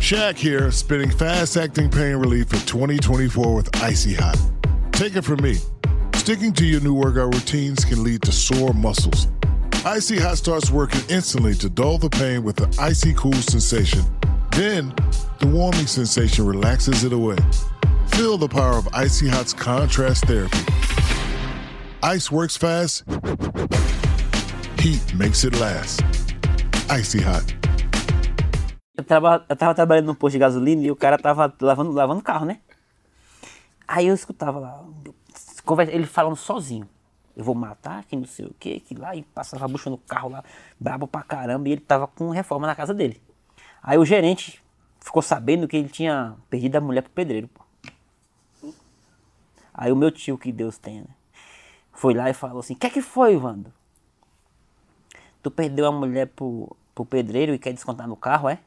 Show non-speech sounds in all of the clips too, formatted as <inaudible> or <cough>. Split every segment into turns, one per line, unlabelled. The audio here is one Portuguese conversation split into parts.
Shaq here, spinning fast acting pain relief for 2024 with Icy Hot. Take it from me. Sticking to your new workout routines can lead to sore muscles. Icy Hot starts working instantly to dull the pain with the icy cool sensation. Then, the warming sensation relaxes it away. Feel the power of Icy Hot's contrast therapy. Ice works fast, heat makes it last. Icy Hot.
Eu tava, eu tava trabalhando num posto de gasolina e o cara tava lavando, lavando o carro, né? Aí eu escutava lá, conversa- ele falando sozinho. Eu vou matar, que não sei o que, que lá, e passava a bucha no carro lá, brabo pra caramba, e ele tava com reforma na casa dele. Aí o gerente ficou sabendo que ele tinha perdido a mulher pro pedreiro, pô. Aí o meu tio, que Deus tenha, né? Foi lá e falou assim, que que foi, Wando? Tu perdeu a mulher pro, pro pedreiro e quer descontar no carro, é?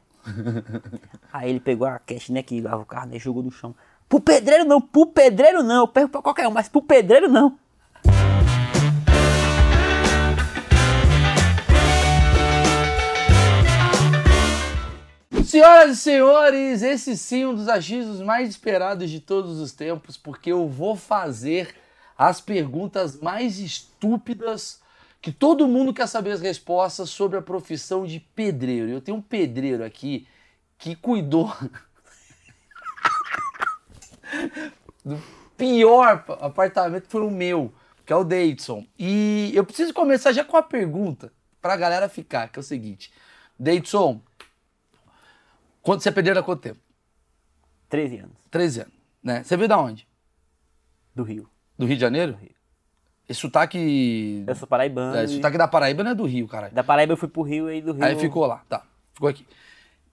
Aí ele pegou a cash, né, que lava o carro, né, jogou no chão. Pro pedreiro não, pro pedreiro não, eu perco pra qualquer um, mas pro pedreiro não.
Senhoras e senhores, esse sim é um dos achismos mais esperados de todos os tempos, porque eu vou fazer as perguntas mais estúpidas que todo mundo quer saber as respostas sobre a profissão de pedreiro. Eu tenho um pedreiro aqui que cuidou <laughs> do pior apartamento que foi o meu, que é o Davidson. E eu preciso começar já com a pergunta pra galera ficar, que é o seguinte. Davidson, quando você é pedreiro há quanto tempo?
13 anos,
13 anos, né? Você veio da onde?
do Rio.
Do Rio de Janeiro? Esse sotaque.
Eu sou paraibano.
É,
e-
esse sotaque da Paraíba não é do Rio, caralho.
Da Paraíba eu fui pro Rio e do Rio.
Aí ficou lá, tá. Ficou aqui.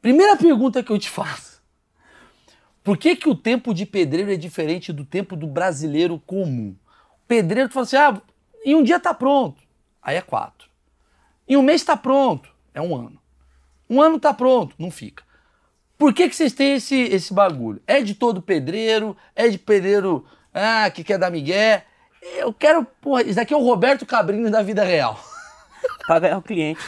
Primeira pergunta que eu te faço. Por que, que o tempo de pedreiro é diferente do tempo do brasileiro comum? O pedreiro, tu fala assim, ah, em um dia tá pronto. Aí é quatro. Em um mês tá pronto. É um ano. Um ano tá pronto. Não fica. Por que, que vocês têm esse, esse bagulho? É de todo pedreiro? É de pedreiro ah, que quer dar migué? Eu quero... Porra, isso daqui é o Roberto Cabrini da vida real.
Pra ganhar o cliente,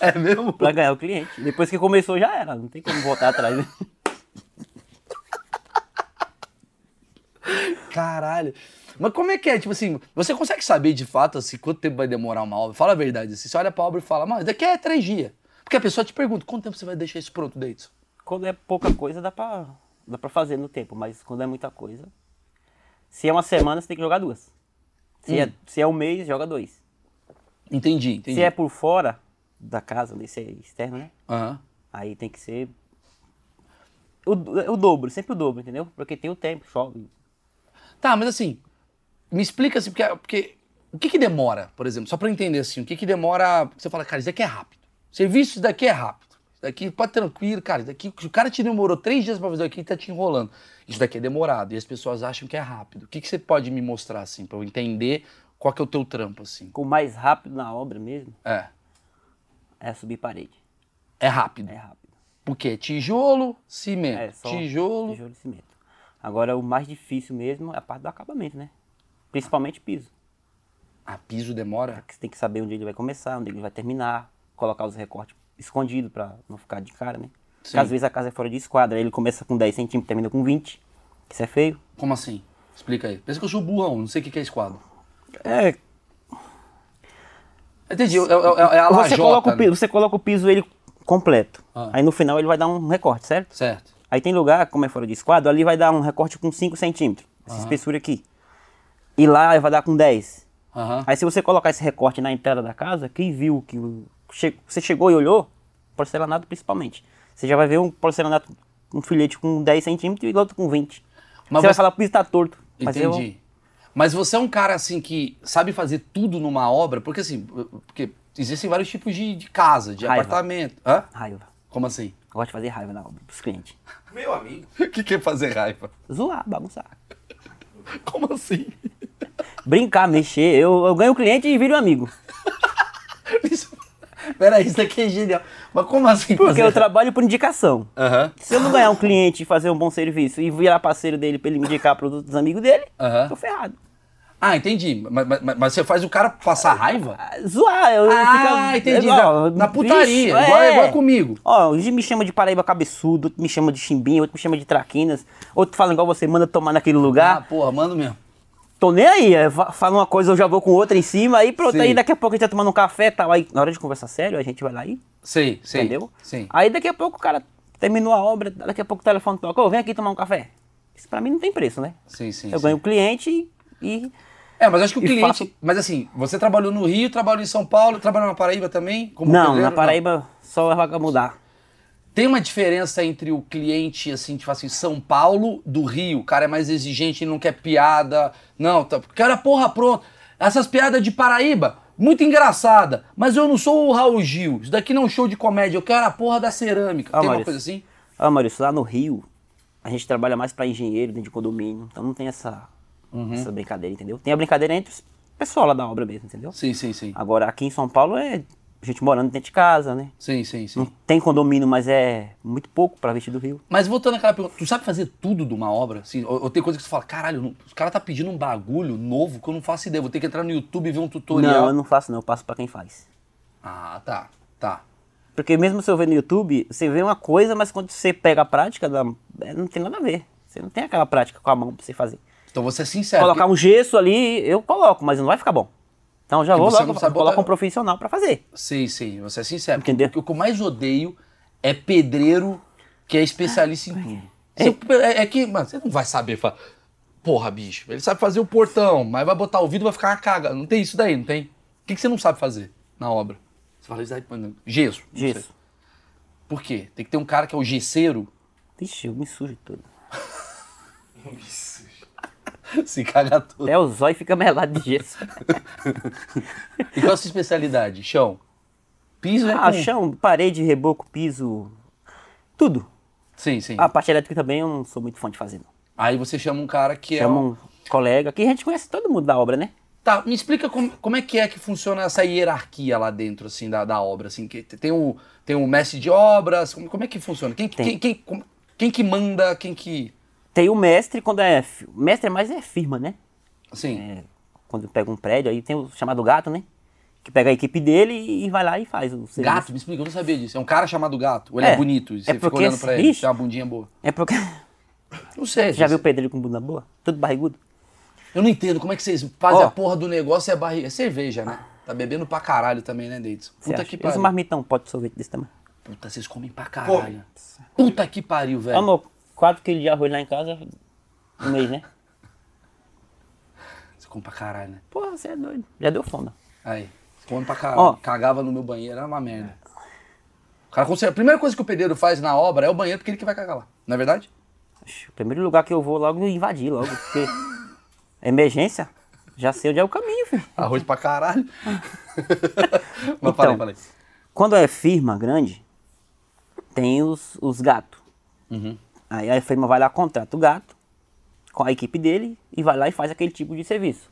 É mesmo?
pra ganhar o cliente. Depois que começou já era, não tem como voltar atrás. né? <laughs>
Caralho. Mas como é que é? Tipo assim, você consegue saber de fato assim, quanto tempo vai demorar uma obra? Fala a verdade. Assim, você olha pra obra e fala, mano, daqui é três dias. Porque a pessoa te pergunta, quanto tempo você vai deixar isso pronto, Deitson?
Quando é pouca coisa dá pra, dá pra fazer no tempo, mas quando é muita coisa... Se é uma semana, você tem que jogar duas. Se, é, se é um mês, joga dois.
Entendi, Hum. entendi.
Se é por fora da casa, né, se é externo, né?
Aham.
Aí tem que ser o, o dobro, sempre o dobro, entendeu? Porque tem o tempo, chove.
Tá, mas assim, me explica assim, porque, porque o que que demora, por exemplo? Só pra eu entender assim, o que que demora... Você fala, cara, isso daqui é rápido. Serviço, isso daqui é rápido. Isso daqui pode tranquilo, cara. Isso daqui, se o cara te demorou três dias pra fazer aqui, ele tá te enrolando. Isso daqui é demorado e as pessoas acham que é rápido. O que que você pode me mostrar assim, pra eu entender qual que é o teu trampo assim?
O mais rápido na obra mesmo
É,
é subir parede.
é rápido.
É rápido.
Porque é tijolo, cimento,
É só
tijolo.
tijolo e cimento. Agora o mais difícil mesmo é a parte do acabamento, né? Principalmente piso.
Ah, piso demora?
Porque você tem que saber onde ele vai começar, onde ele vai terminar, colocar os recortes escondidos pra não ficar de cara, né? Porque
Sim.
às vezes a casa é fora de esquadra, aí ele começa com 10 centímetros, termina com 20. Isso é feio.
Como assim? Explica aí. Pensa que eu sou burrão, não sei o que que é esquadro.
É,
Entendi, é, é- é- é a lajota,
você, coloca o
né?
piso, você coloca o piso ele completo.
Ah.
Aí no final ele vai dar um recorte, certo?
Certo.
Aí tem lugar, como é fora de esquadro, ali vai dar um recorte com 5 centímetros. Essa espessura aqui. E lá vai dar com 10.
Aham.
Aí se você colocar esse recorte na entrada da casa, quem viu que o- che- você chegou e olhou, porcelanato principalmente. Você já vai ver um porcelanato, um filhete com 10 centímetros e outro com 20.
Mas
você, vai
você-
falar, o piso tá torto. Mas eu-
Entendi. Mas você é um cara assim que sabe fazer tudo numa obra? Porque assim, porque existem vários tipos de, de casa, de
Raiva.
apartamento. Hã?
Raiva.
Como assim?
Eu gosto de fazer raiva na obra, pros clientes.
Meu amigo.
<laughs> O que que é fazer raiva?
Zoar, bagunçar.
Como assim? <laughs>
Brincar, mexer. Eu, eu ganho o cliente e viro amigo.
Isso... Peraí, isso aqui é genial. Mas como assim?
Porque
fazer-
eu trabalho por indicação.
Aham.
Se eu não ganhar um cliente e fazer um bom serviço e virar parceiro dele pra ele me indicar produto dos amigos dele,
Aham.
tô ferrado.
Ah, entendi. Mas, mas- mas- mas você faz o cara passar raiva?
Ah, Zoar, eu eu
Ah,
fico-
entendi.
eu- ó,
Na, na
bicho,
putaria. Igual,
é.
igual comigo.
Ó, um dia me chama de Paraíba cabeçudo, outro me chama de chimbinha, outro me chama de traquinas, outro fala igual você, manda tomar naquele
Ah,
lugar.
porra, mando mesmo.
Tô nem aí, é, fa- fala uma coisa, eu já vou com outra em cima, aí pronto,
Sim.
aí daqui a pouco a gente tá tomando um café e tal. Aí na hora de conversar sério, a gente vai lá e
Sei, sei.
Entendeu?
Sim.
Aí daqui a pouco o cara terminou a obra, daqui a pouco o telefone toca, ô, vem aqui tomar um café. Isso pra mim não tem preço, né?
Sim, sim.
eu
sim.
ganho o cliente e.
É, mas acho que o
E
cliente.
faço-
Mas assim, você trabalhou no Rio, trabalhou em São Paulo, trabalhou na Paraíba também? Como
não,
pedreiro?
na Paraíba só vai mudar.
Tem uma diferença entre o cliente, assim, tipo assim, São Paulo do Rio. O cara é mais exigente, ele não quer piada. Não, tá, quero a porra pronta. Essas piadas de Paraíba, muito engraçada. Mas eu não sou o Raul Gil. Isso daqui não é um show de comédia. Eu quero a porra da cerâmica.
Ah,
Tem uma
Maurício.
coisa assim?
Ah, Maurício, lá no Rio, a gente trabalha mais pra engenheiro dentro de condomínio, então não tem essa,
Uhum.
essa brincadeira, entendeu? Tem a brincadeira entre o pessoal lá da obra mesmo, entendeu?
Sim, sim, sim.
Agora, aqui em São Paulo é gente morando dentro de casa, né?
Sim, sim, sim.
Não tem condomínio, mas é muito pouco pra vestir do Rio.
Mas voltando àquela pergunta, tu sabe fazer tudo de uma obra? Assim, ou, ou tem coisa que tu fala, caralho, não- os caras tá pedindo um bagulho novo que eu não faço ideia. Vou ter que entrar no YouTube e ver um tutorial.
Não, eu não faço não, eu passo pra quem faz.
Ah, tá, tá.
Porque mesmo se eu ver no YouTube, você vê uma coisa, mas quando você pega a prática, dá- é, não tem nada a ver. Você não tem aquela prática com a mão pra você fazer.
Então você é sincero.
Colocar um gesso ali, eu coloco, mas não vai ficar bom. Então já
Porque
vou
É você não
logo,
sabe
coloca
botar-
um profissional pra fazer.
Sim, sim, você é sincero.
Entendeu?
Porque o que eu mais odeio é pedreiro que é especialista
Ah,
em tudo. Você- é, é que, mano, você não vai saber falar. Porra, bicho, ele sabe fazer o portão, mas vai botar o vidro vai ficar uma caga. Não tem isso daí, não tem? O que, que você não sabe fazer na obra? Você fala isso daí, mano, gesso. não sei.
Gesso.
Por quê? Tem que ter um cara que é o gesseiro
Vixe, eu me sujo todo.
<laughs> se caga todo.
Até o zóio fica <laughs> melado de gesso.
E qual a sua especialidade? Chão? Piso é
ah,
com-
chão, parede, reboco, piso, tudo.
Sim, sim.
A parte elétrica também eu não sou muito fã de fazer, não.
Aí você chama um cara que é...
Chama
um-
um colega, que a gente conhece todo mundo da obra, né?
Tá, me explica como, como é que é que funciona essa hierarquia lá dentro, assim, da, da obra, assim, que tem o, tem o mestre de obras, como, como é que funciona? Quem, quem, quem, como- quem que manda, quem que...
Tem o mestre, quando é... fi- Mestre é mais é firma, né?
Assim,
É, quando pega um prédio, aí tem o chamado gato, né? Que pega a equipe dele e, e vai lá e faz o serviço.
gato, me explica, eu não sabia disso. É um cara chamado gato, ou ele é,
É,
bonito, e
é
você fica
porque
olhando
esse-
pra ele,
Ixi.
tem uma bundinha boa.
É porque... <laughs>
Não sei,
Já
gente.
viu o pedreiro com bunda boa? Tudo barrigudo?
eu não entendo como é que vocês fazem
Ó.
a porra do negócio, é barriga, é cerveja, né? Tá bebendo pra caralho também, né, Deitz?
Você
Puta
acha?
que
Eles
pariu.
marmitão, pode de sorvete desse tamanho.
Puta, vocês comem pra caralho. Puta que pariu, velho.
Amor, 4 quilos de arroz lá em casa no mês, né?
Você come pra caralho, né?
Porra, você é doido. Já deu fome.
Aí, come pra caralho.
Ó.
Cagava no meu banheiro, era uma merda. O cara consegue... A primeira coisa que o pedreiro faz na obra é o banheiro, porque ele que vai cagar lá. Não é verdade?
Oxe, O primeiro lugar que eu vou logo eu invadi logo, porque... Emergência? Já sei onde é o caminho, filho.
Arroz pra caralho.
<laughs>
Mas
Então.
falei, falei.
Quando é firma grande, tem os, os gatos.
Uhum.
Aí a firma vai lá, contrata o gato com a equipe dele e vai lá e faz aquele tipo de serviço.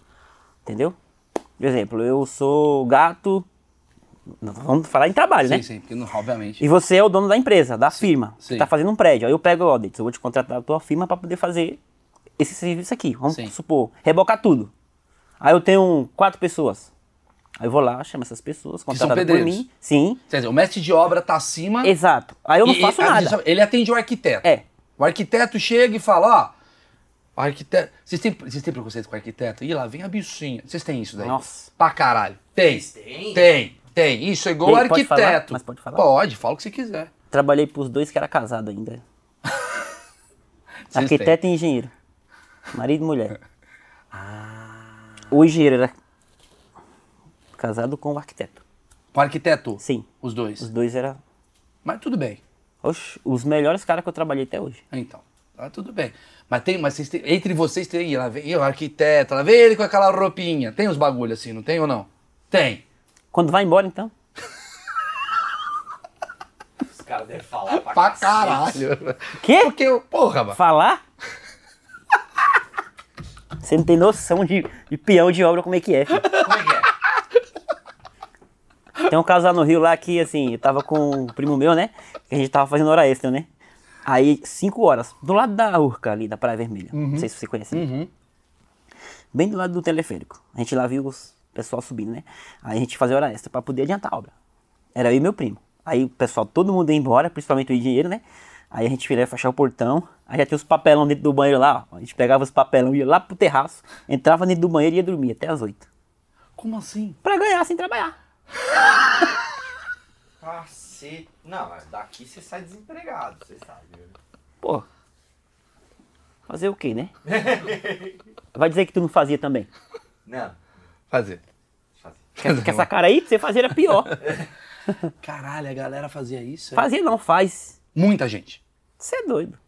Entendeu? Por exemplo, eu sou gato. não, Vamos falar em trabalho, né?
Sim, sim, porque não, obviamente.
E você é o dono da empresa, da firma. Você
sim.
está fazendo um prédio. Aí eu pego, ó, Deitz, eu vou te contratar a tua firma para poder fazer esse serviço aqui. Vamos
Sim.
supor, rebocar tudo. Aí eu tenho quatro pessoas. Aí eu vou lá, chamo essas pessoas, contratadas por
pedreiros.
mim. Sim,
Quer dizer, o mestre de obra tá acima.
Exato. Aí eu não
e-
faço
e-
nada.
Ele atende o arquiteto.
É.
O arquiteto chega e fala, ó. Arquiteto. Vocês têm, vocês têm preconceito com arquiteto? Ih, lá vem a bichinha. Vocês têm isso daí?
Nossa.
Pra caralho. Tem. Tem. Tem. Tem. Isso é igual
Tem, pode
arquiteto.
falar? Mas pode falar?
Pode, fala o que você quiser.
Trabalhei pros dois que era casado ainda.
Vocês
Arquiteto e engenheiro. Marido e
<laughs>
mulher.
Ah.
O engenheiro era casado com o arquiteto.
Com arquiteto?
Sim.
Os dois.
Os dois eram
Mas tudo bem.
oxe, os melhores caras que eu trabalhei até hoje.
Então, tá tudo bem. Mas tem, mas vocês têm- entre vocês tem, ela vem, o arquiteto, ela vê ele com aquela roupinha. Tem uns bagulho assim, não tem ou não? Tem.
Quando vai embora, então.
Os caras devem falar pra
Pra
cacete.
caralho.
Quê?
Porque, eu- porra, mano.
Falar? <laughs> Você não tem noção de, de peão de obra como é que é, filho.
Como é que é?
Tem um casal no Rio lá que, assim, eu tava com um primo meu, né? Que a gente tava fazendo hora extra, né?
Uhum.
Aí, 5 horas, do lado da Urca ali, da Praia Vermelha. Não sei se você conhece. né? bem do lado do teleférico. A gente lá viu o pessoal subindo, né? Aí a gente fazia hora extra pra poder adiantar a obra. Era eu e meu primo. Aí o pessoal, todo mundo ia embora, principalmente o engenheiro, né? Aí a gente virava fechar o portão, aí já tinha os papelão dentro do banheiro lá, ó. A gente pegava os papelão, ia lá pro terraço, entrava dentro do banheiro e ia dormir até as oito.
Como assim?
Pra ganhar sem trabalhar.
Cacete. Não, mas daqui você sai desempregado, você sabe. né?
Pô. Fazer o quê, né? Vai dizer que tu não fazia também.
Não.
Fazer.
Fazer.
Porque essa cara aí, pra você fazer era pior.
Caralho, a galera fazia isso? é?
Fazer não faz.
Muita gente.
Você é doido.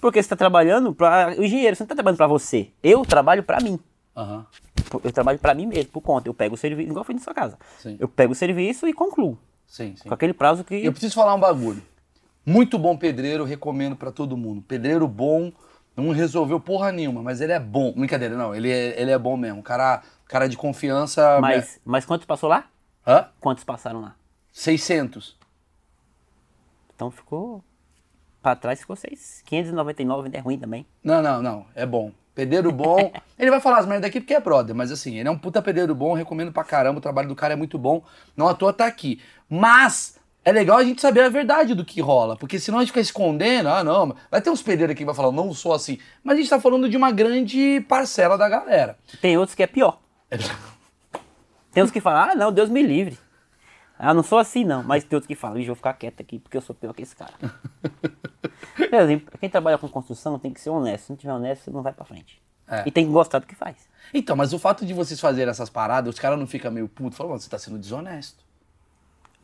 Porque você tá trabalhando pra. O engenheiro, você não tá trabalhando pra você. Eu trabalho pra mim.
Aham.
Eu trabalho pra mim mesmo, por conta. Eu pego o serviço, igual foi na sua casa.
Sim.
Eu pego o serviço e concluo.
Sim, sim.
Com aquele prazo que.
Eu preciso falar um bagulho. Muito bom pedreiro, recomendo pra todo mundo. Pedreiro bom, não resolveu porra nenhuma, mas ele é bom. Brincadeira, não. Ele é, ele é bom mesmo. Cara, cara de confiança.
Mas, mas quantos passou lá?
Hã?
Quantos passaram lá?
600.
Então ficou. Pra trás ficou 6. 599 ainda é ruim também.
Não, não, não. É bom. Pedreiro <laughs> bom. ele vai falar as merdas aqui porque é brother, mas assim, ele é um puta pedreiro bom, recomendo pra caramba. O trabalho do cara é muito bom. Não à toa tá aqui. Mas é legal a gente saber a verdade do que rola, porque senão a gente fica escondendo. Ah, não. Vai ter uns pedreiros aqui que vai falar, não sou assim. Mas a gente tá falando de uma grande parcela da galera. <laughs>
Tem outros que é pior.
É-
Tem uns que falam, ah, não, Deus me livre. Ah, não sou assim não, mas tem outros que falam, "Ixi, eu vou ficar quieto aqui porque eu sou pior que esse
<laughs>
cara. Por exemplo, quem trabalha com construção tem que ser honesto. Se não tiver honesto, você não vai pra frente.
É.
E tem que gostar do que faz.
Então, mas o fato de vocês fazerem essas paradas, os caras não ficam meio puto, falam, "Mano, você tá sendo desonesto.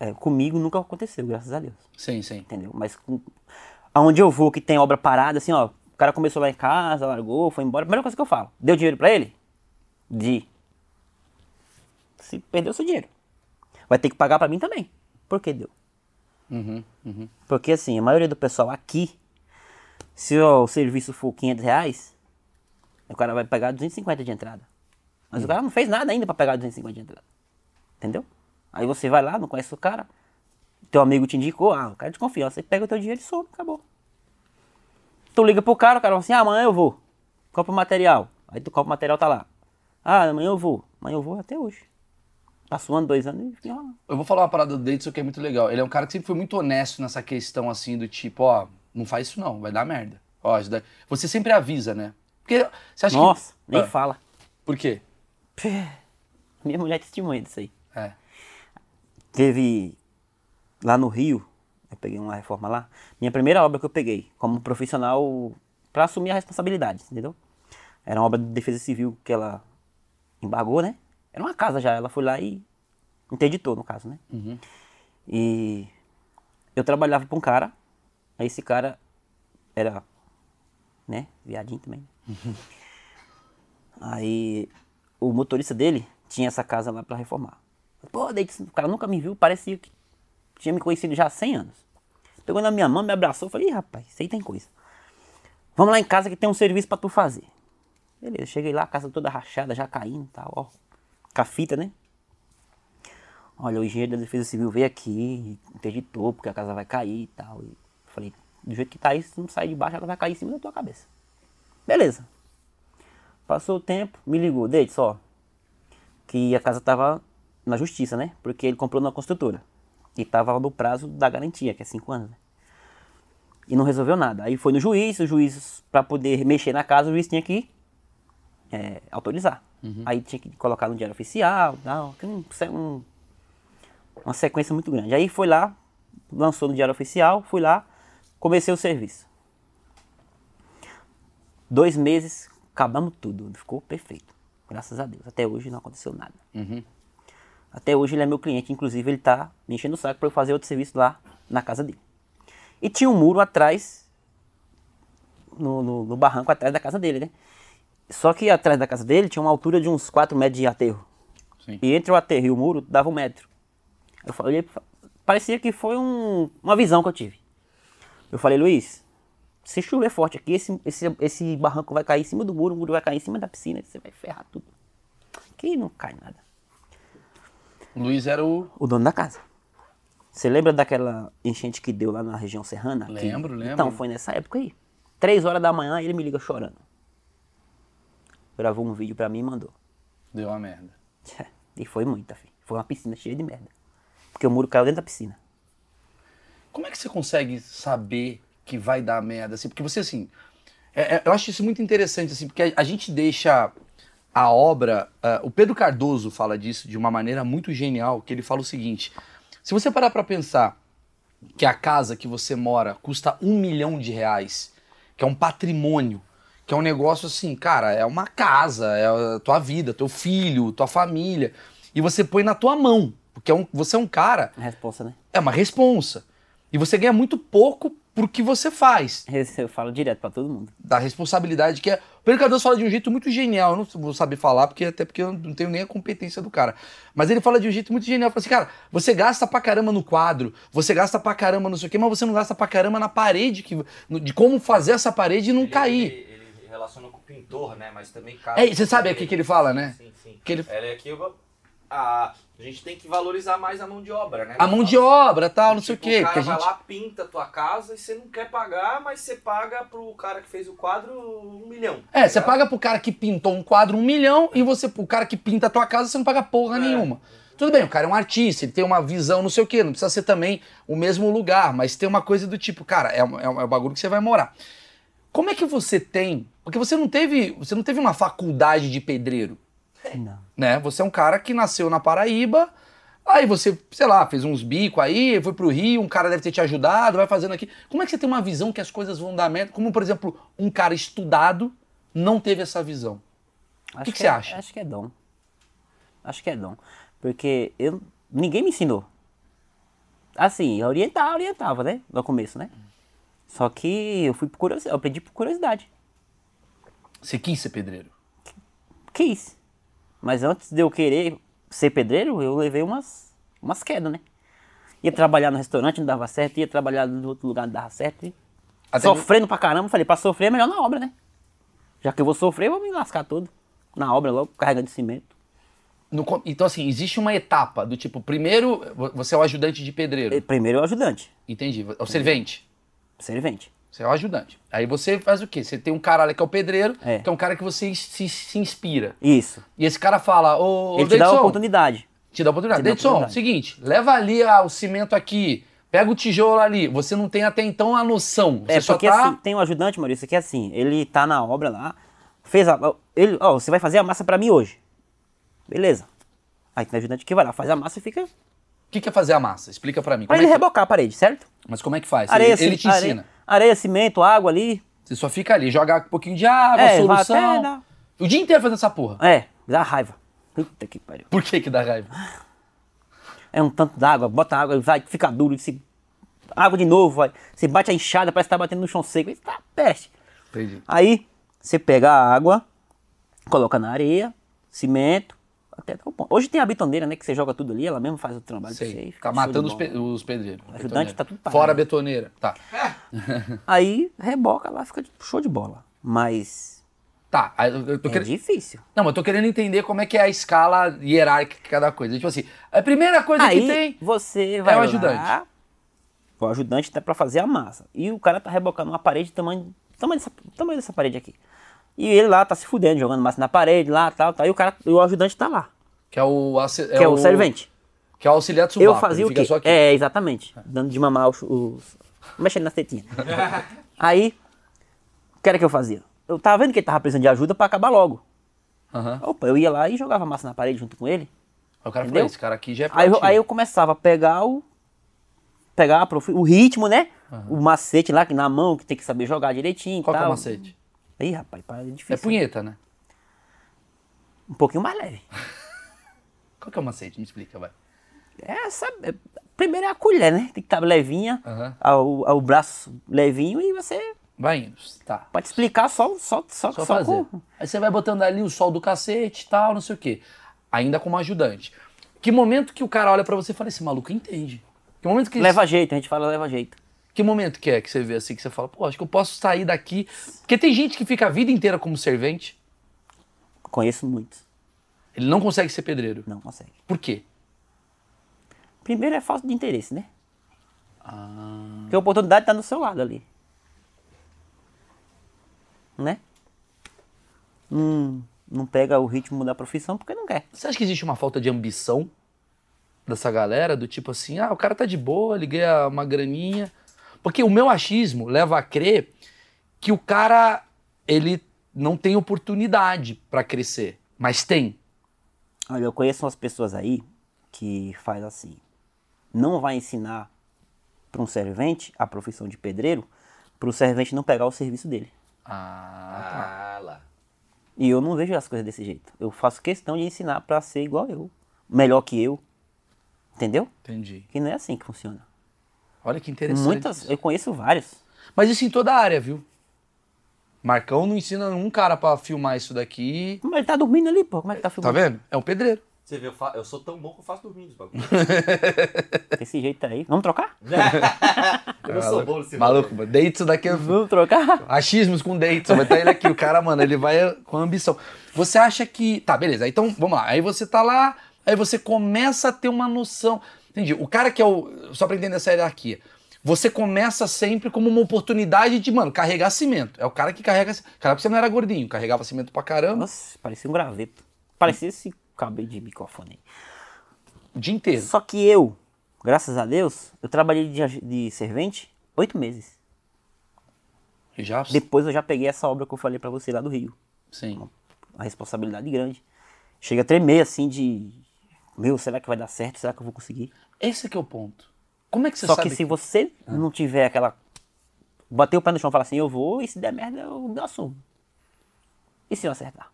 É, comigo nunca aconteceu, graças a Deus.
Sim, sim.
Entendeu? Mas com- aonde eu vou que tem obra parada, assim, ó, o cara começou lá em casa, largou, foi embora. Primeira coisa que eu falo, deu dinheiro pra ele? De. Se perdeu seu dinheiro. Vai ter que pagar pra mim também. Por que deu? Porque assim, a maioria do pessoal aqui, se o serviço for 500 reais, o cara vai pagar 250 de entrada. Mas o cara não fez nada ainda pra pegar 250 de entrada. Entendeu? Aí você vai lá, não conhece o cara, teu amigo te indicou, ah, o cara é de confiança, ele pega o teu dinheiro e some, acabou. Tu liga pro cara, o cara fala assim, ah, amanhã eu vou, compra o material. Aí tu compra o material, tá lá. Ah, amanhã eu vou, amanhã eu vou até hoje. Passou um ano, dois anos e fica enrolando.
Eu vou falar uma parada do Davidson que é muito legal. Ele é um cara que sempre foi muito honesto nessa questão, assim, do tipo, ó, não faz isso não, vai dar merda. Ó, isso daí- Você sempre avisa, né? Porque você acha
Nossa,
que...
nem
Ah,
fala.
Por quê?
Minha mulher é testemunha disso aí.
É.
Teve lá no Rio, eu peguei uma reforma lá, minha primeira obra que eu peguei como profissional para assumir a responsabilidade, entendeu? Era uma obra de defesa civil que ela embargou, né? Era uma casa já, ela foi lá e interditou, no caso, né? E eu trabalhava pra um cara, aí esse cara era, né, viadinho também. Aí o motorista dele tinha essa casa lá pra reformar. Pô, daí disse, o cara nunca me viu, parecia que tinha me conhecido já há 100 anos. Pegou na minha mão, me abraçou, falei, Ih, rapaz, isso aí tem coisa. Vamos lá em casa que tem um serviço pra tu fazer. Beleza, cheguei lá, a casa toda rachada, já caindo e tal, ó. Com a fita, né? Olha, o engenheiro da defesa civil veio aqui, interditou, porque a casa vai cair e tal. E falei, do jeito que tá aí, se tu não sair de baixo, ela vai cair em cima da tua cabeça. Beleza. Passou o tempo, me ligou, deite só. Que a casa tava na justiça, né? Porque ele comprou na construtora. E tava no prazo da garantia, que é 5 anos, né? E não resolveu nada. Aí foi no juiz, o juiz, pra poder mexer na casa, o juiz tinha que é, autorizar. Aí tinha que colocar no diário oficial, tal, que um- um- uma sequência muito grande. Aí foi lá, lançou no diário oficial, fui lá, comecei o serviço. Dois meses, acabamos tudo, ficou perfeito. Graças a Deus. Até hoje não aconteceu nada. Até hoje ele é meu cliente, inclusive ele tá me enchendo o saco para eu fazer outro serviço lá na casa dele. E tinha um muro atrás, no, no- no barranco atrás da casa dele, né? Só que atrás da casa dele tinha uma altura de uns 4 metros de aterro.
Sim.
E entre o aterro e o muro dava um metro. Eu falei, pra- parecia que foi um- uma visão que eu tive. Eu falei, Luiz, se chover forte aqui, esse, esse, esse barranco vai cair em cima do muro, o muro vai cair em cima da piscina, você vai ferrar tudo. Que não cai nada
O Luiz era o...
o dono da casa. Você lembra daquela enchente que deu lá na região serrana? Que-
Lembro, lembro.
Então, foi nessa época aí. Três horas da manhã, ele me liga chorando. gravou um vídeo pra mim e mandou.
Deu uma merda.
E foi muita, filho. Foi uma piscina cheia de merda. Porque o muro caiu dentro da piscina.
Como é que você consegue saber que vai dar merda? Assim? Porque você, assim, é- é- eu acho isso muito interessante, assim, porque a, a gente deixa a obra. ah, o Pedro Cardoso fala disso de uma maneira muito genial, que ele fala o seguinte: se você parar pra pensar que a casa que você mora custa um milhão de reais, que é um patrimônio, que é um negócio assim, cara, é uma casa, é a tua vida, teu filho, tua família, e você põe na tua mão, porque é um- você é um cara
A resposta, né? <laughs>
é uma responsa. E você ganha muito pouco pro que você faz,
Eu falo direto pra todo mundo.
da responsabilidade que é. O Pedro Cardoso fala de um jeito muito genial, eu não vou saber falar, porque até porque eu não tenho nem a competência do cara. Mas ele fala de um jeito muito genial. Fala assim, cara, você gasta pra caramba no quadro, você gasta pra caramba não sei o quê, mas você não gasta pra caramba na parede, que, no- de como fazer essa parede não
Ele-
cair.
Ele, ele relaciona com o pintor, né? Mas também casa.
É, você sabe aqui que ele fala, né?
Sim, sim.
Que ele-
Ela é que eu- a, a gente tem que valorizar mais a mão de obra, né?
A mão de obra, tal, não sei o
Tipo,
quê.
O cara
porque a
vai
gente-
lá, pinta a tua casa e você não quer pagar, mas você paga pro cara que fez o quadro um milhão.
É,
tá
você
ligado?
paga pro cara que pintou um quadro um milhão e você, pro cara que pinta a tua casa, você não paga porra
É.
nenhuma. Tudo bem, o cara é um artista, ele tem uma visão, não sei o quê, não precisa ser também o mesmo lugar, mas tem uma coisa do tipo, cara, é, um- é um- é o bagulho que você vai morar. Como é que você tem? Porque você não teve, você não teve uma faculdade de pedreiro,
Não.
né? Você é um cara que nasceu na Paraíba, aí você, sei lá, fez uns bicos aí, foi pro Rio, um cara deve ter te ajudado, vai fazendo aqui. Como é que você tem uma visão que as coisas vão dar merda? Como, por exemplo, um cara estudado não teve essa visão?
Acho
que
é-
você acha?
Acho que é dom. Acho que é dom. Porque eu, ninguém me ensinou. Assim, eu orientava, orientava, né? No começo, né? Só que eu fui por curiosidade, eu aprendi por curiosidade.
Você quis ser pedreiro.
Quis. Mas antes de eu querer ser pedreiro, eu levei umas, umas quedas, né? Ia trabalhar no restaurante, não dava certo. Ia trabalhar no outro lugar, não dava certo. e
Até que-
Sofrendo pra caramba, falei, pra sofrer é melhor na obra, né? Já que eu vou sofrer, eu vou me lascar todo. Na obra logo, carregando cimento.
no com- então, assim, existe uma etapa do tipo, primeiro vo- você é o ajudante de
Eh,
pedreiro.
Primeiro é o ajudante,
Entendi. vo- É o servente.
servente.
Você é o ajudante. Aí você faz o quê? Você tem um cara lá que é o pedreiro,
É.
que é um cara que você se, se inspira.
Isso.
E esse cara fala, ô,
Ele te dá a
Davidson,
oportunidade.
Te dá a oportunidade.
Te dá a
Davidson,
oportunidade.
seguinte, leva ali ah, o cimento aqui, pega o tijolo ali. Você não tem até então a noção. Você
é,
só
porque
tá.
assim, tem um ajudante, Maurício, que é assim, ele tá na obra lá, fez a. Ele, ó, você vai fazer a massa pra mim hoje. Beleza. Aí tem ajudante que vai lá, faz a massa e fica.
O que, que é fazer a massa? Explica pra mim.
Pra
Como
ele
é que...
rebocar a parede, certo?
Mas como é que faz?
Areia,
ele, ele
ci-
te
areia,
ensina.
Areia, cimento, água ali.
Você só fica ali, joga um pouquinho de água,
É, vai até
solução.
dar.
O dia inteiro fazendo essa porra. <laughs>
É, dá raiva. Puta que pariu.
Por que que dá raiva?
É um tanto d'água, bota água, vai, fica duro, se. Água de novo, vai. Você bate a enxada, parece que tá batendo no chão seco. Eita, peste.
Entendi.
Aí você pega a água, coloca na areia, cimento, até dar o ponto. Hoje tem a betoneira, né? Que você joga tudo ali, ela mesmo faz o trabalho. pra você e
Sei.
fica
Tá
show
matando
de
os,
bola.
pe- os pedreiros.
Ajudante tá tudo parado.
Fora a betoneira. Tá.
Aí reboca lá, fica de- show de bola. Mas
Tá. aí eu- eu tô
é
querendo-
difícil.
Não, mas eu tô querendo entender como é que é a escala hierárquica da coisa. Tipo assim, a primeira coisa que
Aí
tem. É
você vai
o
lá,
ajudante.
o ajudante tá pra fazer a massa. E o cara tá rebocando uma parede do tamanho, tamanho, dessa, tamanho dessa parede aqui. E ele lá tá se fudendo, jogando massa na parede, lá, tal, tal. E o cara, e o ajudante tá lá,
Que é o. assi-
que é o servente.
Que é o auxiliar de
Eu
subaco,
fazia
ele
o
fica
quê?
Só aqui.
É, exatamente. Dando de mamar os. os- mexendo nas tetinhas.
<laughs>
Aí, o que era que eu fazia? Eu tava vendo que ele tava precisando de ajuda pra acabar logo.
Aham.
Opa, eu ia lá e jogava massa na parede junto com ele.
Aí o cara falou:
Entendeu?
esse cara aqui já é
Aí eu,
proativo.
aí eu começava a pegar o. pegar a profi- o ritmo, né? O macete lá que na mão, que tem que saber jogar direitinho. e
Qual que é o
tal.
macete?
Ih, rapaz, pá, é
É
difícil.
punheta, né?
Um pouquinho mais leve.
Qual que é o macete? Me explica, vai.
É, sabe, é- primeiro é a colher, né? Tem que estar levinha,
Aham.
ao, ao braço levinho e você
Vai indo. Tá.
Pode explicar só, só, só, só,
Só fazer.
com...
Aí você vai botando ali o sol do cacete e tal, não sei o quê. Ainda como ajudante. Que momento que o cara olha pra você e fala, esse maluco entende. Que momento que,
Leva jeito, a gente fala leva jeito.
que momento que é que você vê assim, que você fala, pô, acho que eu posso sair daqui. Porque tem gente que fica a vida inteira como servente,
Conheço muitos,
ele não consegue ser pedreiro.
não consegue.
Por quê?
Primeiro é falta de interesse, né?
Ah.
Porque a oportunidade tá no seu lado ali. Né? Hum, não pega o ritmo da profissão porque não quer.
Você acha que existe uma falta de ambição dessa galera? Do tipo assim, ah, o cara tá de boa, liguei a- uma graninha. Porque o meu achismo leva a crer que o cara, ele não tem oportunidade pra crescer. Mas tem.
Olha, eu conheço umas pessoas aí que faz assim. Não vai ensinar para um servente a profissão de pedreiro para o servente não pegar o serviço dele.
Ah,
Ah, lá.
E eu não vejo as coisas desse jeito. Eu faço questão de ensinar para ser igual eu, melhor que eu. Entendeu?
entendi.
Que não é assim que funciona.
Olha que interessante.
Muitas, eu conheço vários.
Mas isso em toda a área, viu? Marcão não ensina um cara pra filmar isso daqui.
Mas ele tá dormindo ali, pô. Como é que tá
Tá
filmando?
vendo? É um pedreiro.
Você vê, eu, fa- eu sou tão bom que eu faço dormindo os
<laughs>
bagulhos. <laughs>
Desse jeito aí. Vamos trocar?
eu não sou bom nesse
Maluco, mano. Deito isso daqui. é-
Vamos
<laughs>
trocar?
Achismos com deito. Vai tá ele aqui. O cara, mano, ele vai com ambição. Você acha que. Tá, beleza. Então, vamos lá. Aí você tá lá, aí você começa a ter uma noção. Entendi. O cara que é o. Só pra entender essa hierarquia. Você começa sempre como uma oportunidade de, mano, carregar cimento. É o cara que carrega. Cara, você não era gordinho, carregava cimento pra caramba
Nossa, parecia um graveto. Parecia esse cabelo de microfone.
o dia inteiro.
Só que eu, graças a Deus, eu trabalhei de, aj- de servente oito meses.
E Já.
Depois eu já peguei essa obra que eu falei pra você lá do Rio.
Sim.
Uma responsabilidade grande. Chega a tremer assim de. Meu, será que vai dar certo? Será que eu vou conseguir?
Esse que é o ponto. Como é que Ah. você
Só
sabe?
que se você não tiver aquela. Bater o pé no chão e falar assim, eu vou, e se der merda, eu, eu assumo. E se eu acertar?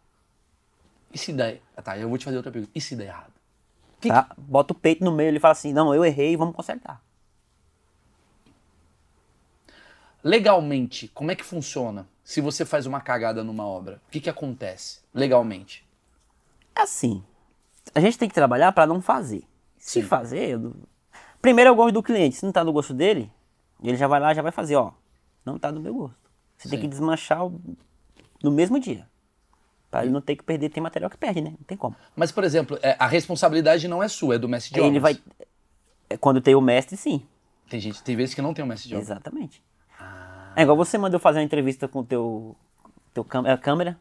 E se der. Ah, Tá, eu vou te fazer outra pergunta. E se der errado? Que-
Tá? Bota o peito no meio ele fala assim, não, eu errei, vamos consertar.
Legalmente, como é que funciona? Se você faz uma cagada numa obra, o que, que acontece? Legalmente.
É assim. A gente tem que trabalhar pra não fazer. Se fazer, eu... não- primeiro é o gosto do cliente. Se não tá no gosto dele, ele já vai lá, já vai fazer, ó. Não tá do meu gosto. Você tem
Sim.
que desmanchar o- no mesmo dia. Pra ele não ter que perder, tem material que perde, né? Não tem como.
Mas, por exemplo, é, a responsabilidade não é sua, é do mestre de
Aí
obras.
ele vai. é, Quando tem o mestre, sim.
Tem gente, tem vezes que não tem o mestre de Ah. obras.
Exatamente. É igual você mandou fazer uma entrevista com o teu, teu cam- é, câmera.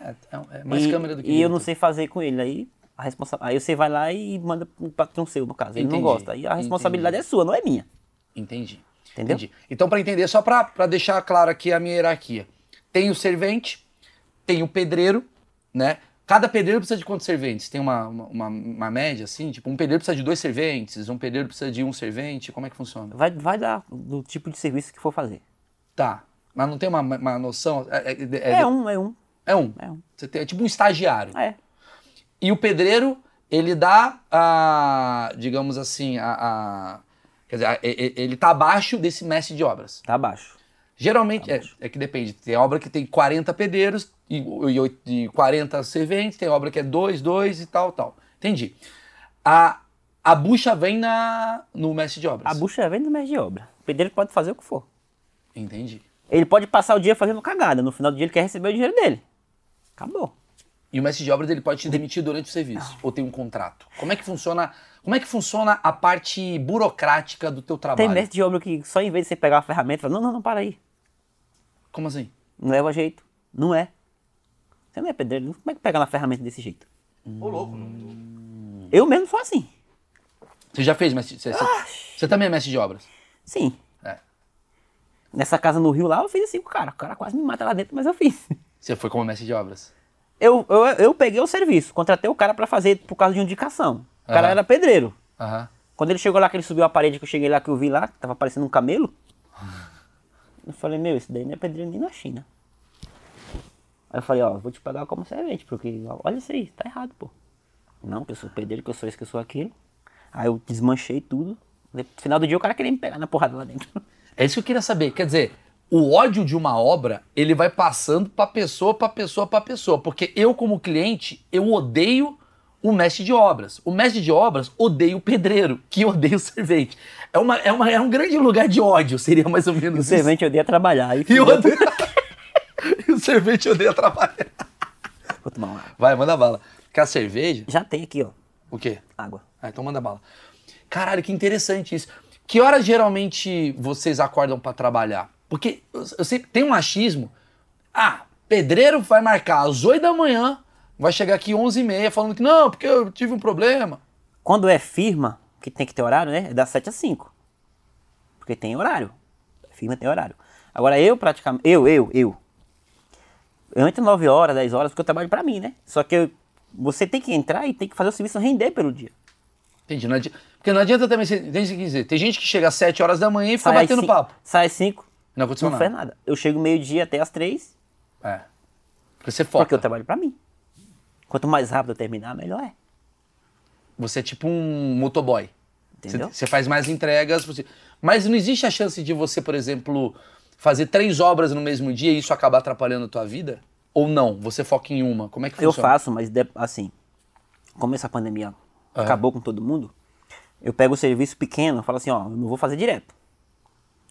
É, é- é mais
e,
câmera do que.
E eu não sei fazer com ele. Aí, a responsa... aí você vai lá e manda pro patrão seu, no caso. Ele
Entendi,
não gosta. Aí a responsabilidade
entendi.
é sua, não é minha.
Entendi.
Entendeu?
Entendi. Então, pra entender, só pra pra deixar claro aqui a minha hierarquia: tem o servente, tem o pedreiro, né? Cada pedreiro precisa de quantos serventes? Tem uma, uma, uma- uma média assim? Tipo, um pedreiro precisa de dois serventes, um pedreiro precisa de um servente. Como é que funciona?
Vai, vai dar do tipo de serviço que for fazer.
Tá. Mas não tem uma, uma noção? É, é-
É,
é-
um, é um.
é um.
É um.
Você tem- é tipo um estagiário.
É.
E o pedreiro, ele dá a. Digamos assim, a. a- quer dizer, a- e- e- ele tá abaixo desse mestre de obras.
Tá baixo.
Geralmente,
Tá
é, é que depende. Tem obra que tem 40 pedreiros e, e, oito- e 40 serventes, tem obra que é 2, 2 e tal, tal. Entendi. A, a bucha vem na, no mestre de obras.
A bucha vem do mês de obra. O pedreiro pode fazer o que for.
Entendi.
Ele pode passar o dia fazendo cagada. No final do dia ele quer receber o dinheiro dele. Acabou.
E o mestre de obras ele pode te demitir durante o serviço, ou tem um contrato. Como é que funciona? Como é que funciona a parte burocrática do teu
Tem
trabalho?
mestre de obra que só em vez de você pegar a ferramenta, fala, não, não, não, para aí.
Como assim?
Não leva jeito. Não é. Você não é pedreiro. Como é que pega na ferramenta desse jeito?
Ô, louco, não.
Hum.
Eu mesmo sou assim.
Você já fez mestre? Você, você- você também é mestre de obras?
Sim.
É.
Nessa casa no Rio lá, eu fiz assim com o cara. O cara quase me mata lá dentro, mas eu fiz. <laughs>
Você foi como mestre de obras?
Eu, eu, eu peguei o serviço, contratei o cara pra fazer por causa de indicação. O cara
Aham.
era pedreiro.
Aham.
Quando ele chegou lá, que ele subiu a parede, que eu cheguei lá, que eu vi lá, que tava parecendo um camelo. Eu falei, meu, isso daí não é pedreiro nem na China. Aí eu falei, ó, vou te pagar como servente, porque ó, olha isso aí, tá errado, pô. Não, que eu sou pedreiro, que eu sou isso, que eu sou aquilo. Aí eu desmanchei tudo. No final do dia o cara queria me pegar na porrada lá dentro. <laughs>
É isso que eu queria saber. Quer dizer, o ódio de uma obra, ele vai passando pra pessoa, pra pessoa, pra pessoa. Porque eu, como cliente, eu odeio o mestre de obras. O mestre de obras odeia o pedreiro, que odeia o servente. É, uma, é, uma, é um grande lugar de ódio, seria mais ou menos
O
isso.
servente odeia trabalhar. Aí
E
fudeu,
o odeia... <laughs> e o servente odeia trabalhar.
Vou tomar uma água.
Vai, manda bala. Quer cerveja?
Já tem aqui, ó,
O quê?
água.
Ah, então manda bala. Caralho, que interessante isso. Que horas geralmente vocês acordam pra trabalhar? Porque eu, eu sempre tem um achismo. Ah, pedreiro vai marcar às 8 da manhã, vai chegar aqui 11h30 falando que não, porque eu tive um problema.
Quando é firma, que tem que ter horário, né? É das 7 às 5. Porque tem horário. Firma tem horário. Agora eu praticamente. Eu, eu, eu. Eu entro 9 horas, 10 horas, porque eu trabalho pra mim, né? Só que eu- você tem que entrar e tem que fazer o serviço render pelo dia.
Entendi. Não adianta, porque não adianta também, você- entende o que eu quis dizer? Tem gente que chega às 7 horas da manhã e fica
Sai às
tá batendo
cinco-
papo.
Sai às 5,
Não é aconteceu
não
nada.
faz nada. Eu chego meio-dia até às 3,
É. Porque você foca.
porque eu trabalho pra mim. Quanto mais rápido eu terminar, melhor é.
Você é tipo um motoboy. Você-
Entendeu?
Você faz mais entregas. você- Mas não existe a chance de você, por exemplo, fazer três obras no mesmo dia e isso acabar atrapalhando a tua vida? Ou não? Você foca em uma? Como é que
Eu
funciona?
faço, mas de- assim, como essa pandemia acabou com todo mundo, eu pego o serviço pequeno, falo assim, ó, eu não vou fazer direto.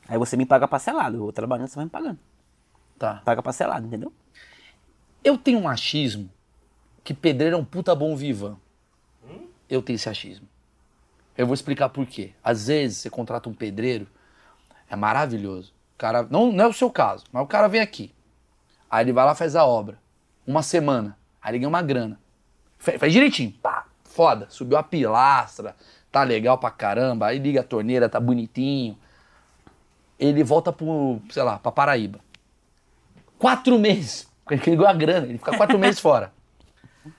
Aí você me paga parcelado, eu vou trabalhando, você vai me pagando.
Tá.
Paga parcelado, entendeu?
Eu tenho um achismo que pedreiro é um puta bom vivan. Eu tenho esse achismo. Eu vou explicar por quê. Às vezes você contrata um pedreiro, é maravilhoso. O cara, não, não é o seu caso, mas o cara vem aqui. Aí ele vai lá faz a obra. Uma semana. Aí ele ganha uma grana. Fe- Faz direitinho. Pá, foda. Subiu a pilastra. Tá legal pra caramba. Aí liga a torneira, tá bonitinho. Ele volta pro, sei lá, pra Paraíba. Quatro meses. Porque ele ganhou a grana. Ele fica quatro meses fora.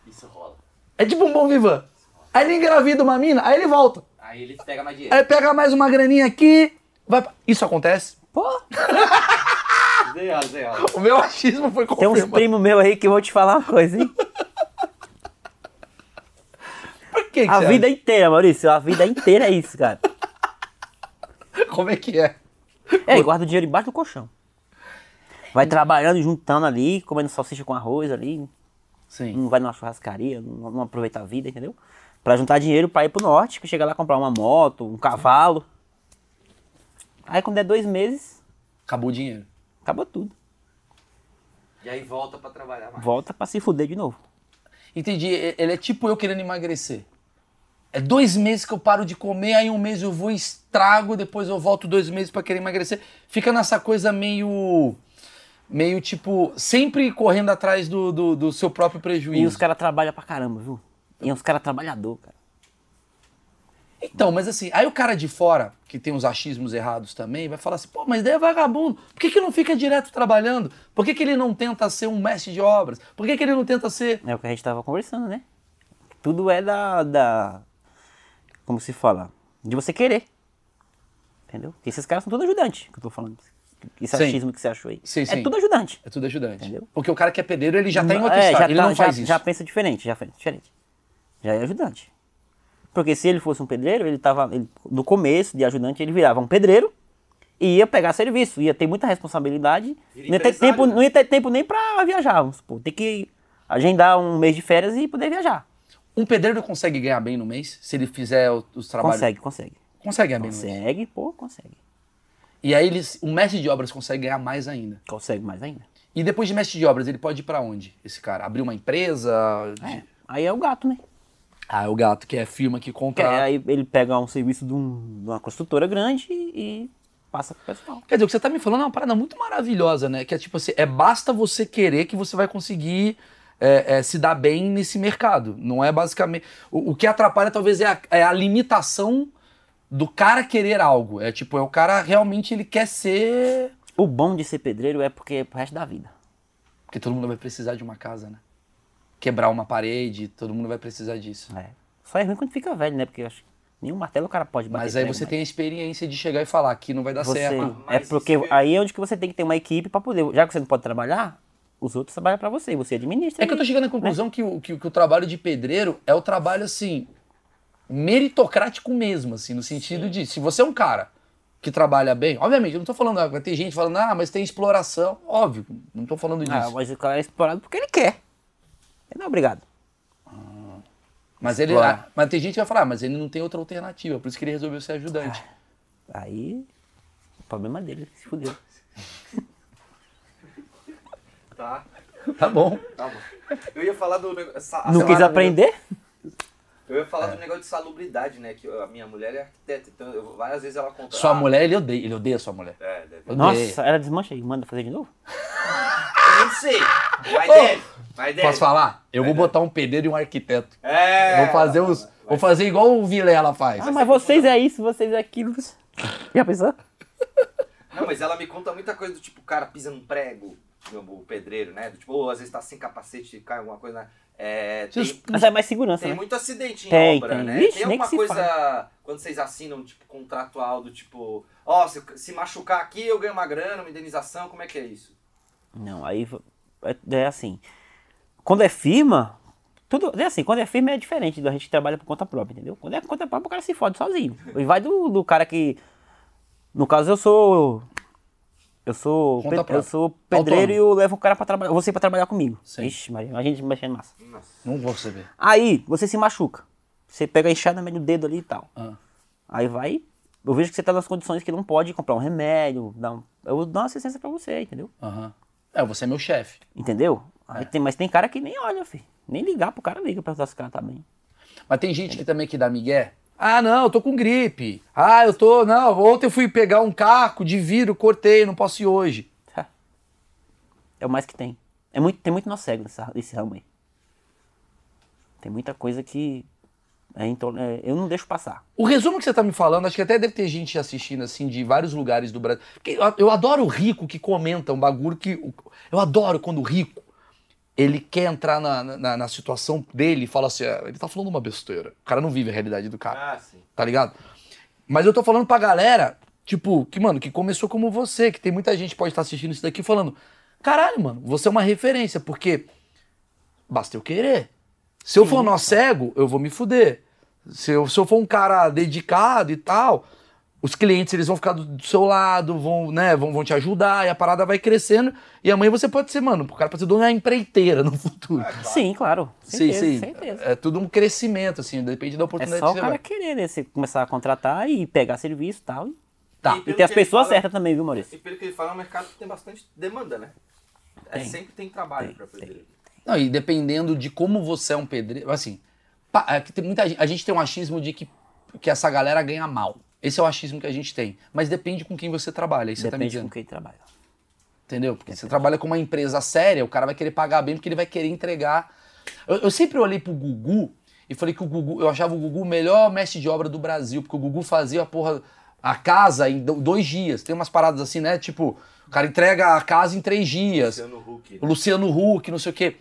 Isso rola.
É tipo um bom vivan. Aí ele engravida uma mina, aí ele volta.
Aí ele pega mais dinheiro.
Aí pega mais uma graninha aqui, vai pra... Isso acontece?
Pô,
Zé, ó, Zé, ó.
O meu achismo foi
tem uns
confirmado.
primos meus aí que vão te falar uma coisa, hein?
Por que que
A
você
vida inteira, Maurício, a vida inteira é isso, cara.
acha? Como é que é?
É, e guarda o dinheiro embaixo do colchão. Vai trabalhando, juntando ali, comendo salsicha com arroz ali,
Sim.
não vai numa churrascaria, não, não aproveita a vida, entendeu? Pra juntar dinheiro pra ir pro norte, pra chegar lá comprar uma moto, um cavalo. Aí quando der dois meses,
Acabou o dinheiro.
acaba tudo.
E aí volta pra trabalhar mais.
Volta pra se fuder de novo.
Entendi. e- Ele é tipo eu querendo emagrecer. É dois meses que eu paro de comer, aí um mês eu vou e estrago, depois eu volto dois meses pra querer emagrecer. Fica nessa coisa meio. meio tipo. sempre correndo atrás do, do, do seu próprio prejuízo.
E os caras trabalham pra caramba, viu? E é uns caras trabalhador, cara.
Então, mas assim, aí o cara de fora, que tem uns achismos errados também, vai falar assim, pô, mas daí é vagabundo. Por que, que não fica direto trabalhando? Por que, que ele não tenta ser um mestre de obras? Por que, que ele não tenta ser.
É o que a gente tava conversando, né? Tudo é da. da como se fala? De você querer. Entendeu? Porque esses caras são tudo ajudante, que eu tô falando. Esse
Sim.
achismo que você achou aí.
Sim,
é
sim.
tudo ajudante.
É tudo ajudante.
Entendeu?
Porque o cara que é pedreiro, ele já tá em outra
É,
história.
já
ele
tá-
não
já-
faz isso.
Já pensa diferente, já pensa diferente. Já é ajudante. Porque se ele fosse um pedreiro, ele tava. ele- no começo de ajudante, ele virava um pedreiro e ia pegar serviço. Ia ter muita responsabilidade.
Vira
Não ia, ter
empresário,
tempo,
né?
não ia ter tempo nem pra viajar, vamos supor. Tem que agendar um mês de férias e poder viajar.
Um pedreiro consegue ganhar bem no mês, se ele fizer o- os trabalhos.
Consegue, consegue.
Consegue ganhar bem no mês.
Consegue, pô, consegue.
E aí eles, o mestre de obras consegue ganhar mais ainda.
Consegue mais ainda.
E depois de mestre de obras, ele pode ir pra onde? Esse cara? Abrir uma empresa? De-
É. Aí é o gato, né?
Ah, o gato, que é firma que
Que
contrata.
aí ele pega um serviço de, um- de uma construtora grande e, e passa pro pessoal.
Quer dizer, o que você tá me falando é uma parada muito maravilhosa, né? Que é tipo assim, é basta você querer que você vai conseguir é, é, se dar bem nesse mercado. Não é basicamente. O, o que atrapalha talvez é a, é a limitação do cara querer algo. É tipo, é o cara realmente ele quer ser.
O bom de ser pedreiro é porque é pro resto da vida.
Porque todo mundo vai precisar de uma casa, né? Quebrar uma parede, todo mundo vai precisar disso.
É. Só é ruim quando fica velho, né? Porque eu acho que nenhum martelo o cara pode bater.
Mas aí
prego,
você
né?
tem a experiência de chegar e falar aqui não vai dar
Você-
certo.
É
Mas
porque
isso que-
aí é onde que você tem que ter uma equipe pra poder. Já que você não pode trabalhar, os outros trabalham pra você, você administra.
É que eu tô
ali.
chegando à conclusão que, o, que, o- que o trabalho de pedreiro é o trabalho, assim, meritocrático mesmo, assim, no sentido de, se você é um cara que trabalha bem, obviamente, eu não tô falando, ah, tem gente falando, ah, mas tem exploração, óbvio, não tô falando disso.
Ah, mas o cara é explorado porque ele quer. Ele não é obrigado.
mas, ele,
explorar.
ah, mas tem gente que vai falar, ah, mas ele não tem outra alternativa, por isso que ele resolveu ser ajudante.
Aí. O problema dele, é se fudeu.
Tá,
Tá bom.
tá bom. Eu ia falar do negócio. essa-
não
essa-
quis aprender?
É.
Eu ia falar do negócio de salubridade, né? Que a minha mulher é arquiteta, então eu- várias vezes ela conta.
Sua
"Ah,
Ah,
mulher, ele odeia, ele odeia sua mulher.
É, deve.
Odeia.
Nossa, ela desmancha aí, manda fazer de novo?
não sei. Vai deve. Vai deve.
Posso falar? Eu vou botar um pedreiro e um arquiteto.
É.
vou fazer os. Vou fazer igual o Vilela faz.
Ah, mas vocês é isso, vocês é aquilo. Já pensou?
Não, mas ela me conta muita coisa do tipo, o cara pisa num prego, meu, o pedreiro, né? Do tipo, ou às vezes tá sem capacete, cai alguma coisa. né? É, tem,
Vocês-
Mas é mais segurança,
tem
né?
muito acidente em
Tem,
obra,
tem.
né?
Ixi,
tem
nem
alguma
que se
coisa, quando vocês assinam, tipo, contratual do tipo, ó, se, se machucar aqui eu ganho uma grana, uma indenização, como é que é isso?
Não, aí v- é, é assim. Quando é firma, tudo é assim, quando é firma é diferente da gente que trabalha por conta própria, entendeu? Quando é por conta própria, o cara se fode sozinho. E vai do, do cara que no caso eu sou eu sou
Conta
pe-
própria. Tá
eu sou pedreiro
Autônomo.
e eu levo o cara para trabalhar, você para trabalhar comigo.
Sim.
Ixi, Maria, a gente mexendo massa.
Não vou saber.
Aí você se machuca. Você pega a enxada no meio do dedo ali e tal.
Ah.
Aí vai, eu vejo que você tá nas condições que não pode comprar um remédio, dar um, eu dou uma assistência para você, entendeu?
Aham. É, você é meu chefe.
Entendeu? Aí tem, mas tem cara que nem olha, filho. Nem ligar pro cara, liga pra perguntar se o cara tá bem.
Mas tem gente que também que dá migué. Ah, não, eu tô com gripe. Ah, eu tô. Não, ontem eu fui pegar um caco de vidro, cortei, não posso ir hoje.
É o mais que tem. É muito, tem muito nó cego nessa- nesse ramo aí. Tem muita coisa que. é intol- é, eu não deixo passar.
O resumo que você tá me falando, acho que até deve ter gente assistindo, assim, de vários lugares do Brasil. Porque eu- eu adoro o rico que comenta um bagulho que. o- Eu adoro quando o rico. Ele quer entrar na, na, na situação dele e fala assim: "Ah, ele tá falando uma besteira. O cara não vive a realidade do cara.
Ah, sim.
tá ligado? Mas eu tô falando pra galera, tipo, que, mano, que começou como você, que tem muita gente que pode estar assistindo isso daqui falando, caralho, mano, você é uma referência, porque basta eu querer. Se eu for nó cego, eu vou me fuder. Se eu, se eu for um cara dedicado e tal, os clientes eles vão ficar do, do seu lado, vão, né, vão, vão te ajudar, e a parada vai crescendo. E amanhã você pode ser, mano, o cara pode ser dono da empreiteira no futuro.
Sim, claro. Certeza, certeza.
É tudo um crescimento, assim, depende da
É
oportunidade
só o
que você
cara
vai.
querer, né? Você começar a contratar e pegar serviço e tal. E,
Tá.
e
pelo
ter as
que ele
pessoas
fala-
certas também, viu, Maurício?
E pelo que ele fala, é um mercado que tem bastante demanda, né? É,
Tem.
sempre tem trabalho
Tem,
pra pedreiro.
Não, e dependendo de como você é um pedreiro, assim, pa- é que tem muita gente- a gente tem um achismo de que, que essa galera ganha mal. Esse é o achismo que a gente tem. Mas depende com quem você trabalha, isso você tá me
Depende com
dizendo.
quem trabalha.
Entendeu? Porque você trabalha com uma empresa séria, o cara vai querer pagar bem porque ele vai querer entregar. Eu, eu sempre olhei pro Gugu e falei que o Gugu, eu achava o Gugu o melhor mestre de obra do Brasil, porque o Gugu fazia a porra, a casa em do- dois dias. Tem umas paradas assim, né? Tipo, o cara entrega a casa em três dias.
Luciano Huck.
O Luciano Huck, não sei o quê.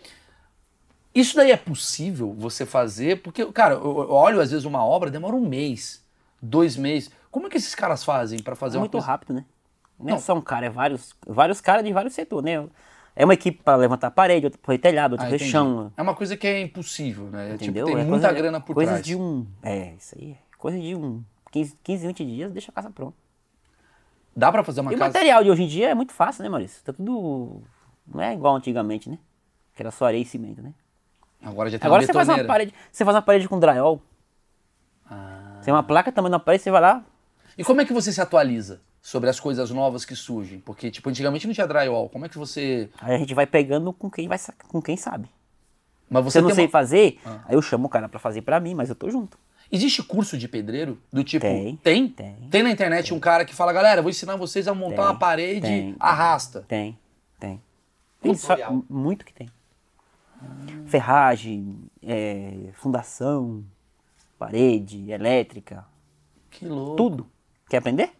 Isso daí é possível você fazer? Porque, cara, eu eu olho às vezes uma obra, demora um mês, dois meses. Como é que esses caras fazem pra fazer
É
uma
muito
coisa?
rápido, né? Não é
Não.
só um cara, é vários, vários caras de vários setores, né? É uma equipe pra levantar a parede, outra pra fazer telhado, outra
Ah,
pra fazer
entendi.
chão,
É uma coisa que é impossível, né? É, tipo,
entendeu?
tem
É
muita
coisa-
grana por
coisas
trás.
de um... É, isso aí. Coisa de um... 15, 15 20 dias, deixa a casa pronta.
Dá pra fazer uma
e o
casa.
material de hoje em dia é muito fácil, né, Maurício? Tá tudo... Não é igual antigamente, né? Que era só areia e cimento, né?
Agora já tem
Agora
uma
você faz
betoneira.
uma parede... Você faz uma parede com drywall.
Ah.
Você tem uma placa também na parede, você vai lá...
E como é que você se atualiza sobre as coisas novas que surgem? Porque, tipo, antigamente não tinha drywall. Como é que você.
Aí a gente vai pegando com quem, vai, sa- com quem sabe.
Mas
Se
você
eu Ah. não
tem
sei
uma-
fazer, aí eu chamo o cara pra fazer pra mim, mas eu tô junto.
Existe curso de pedreiro do tipo.
Tem,
Tem?
tem.
na internet um cara que fala, galera, vou ensinar vocês a montar
Tem,
uma parede,
tem.
arrasta.
Tem, tem.
Tem
Tem só-
tutorial.
m- muito que tem. Ferragem, é, fundação, parede, elétrica,
Que louco.
tudo. Quer aprender?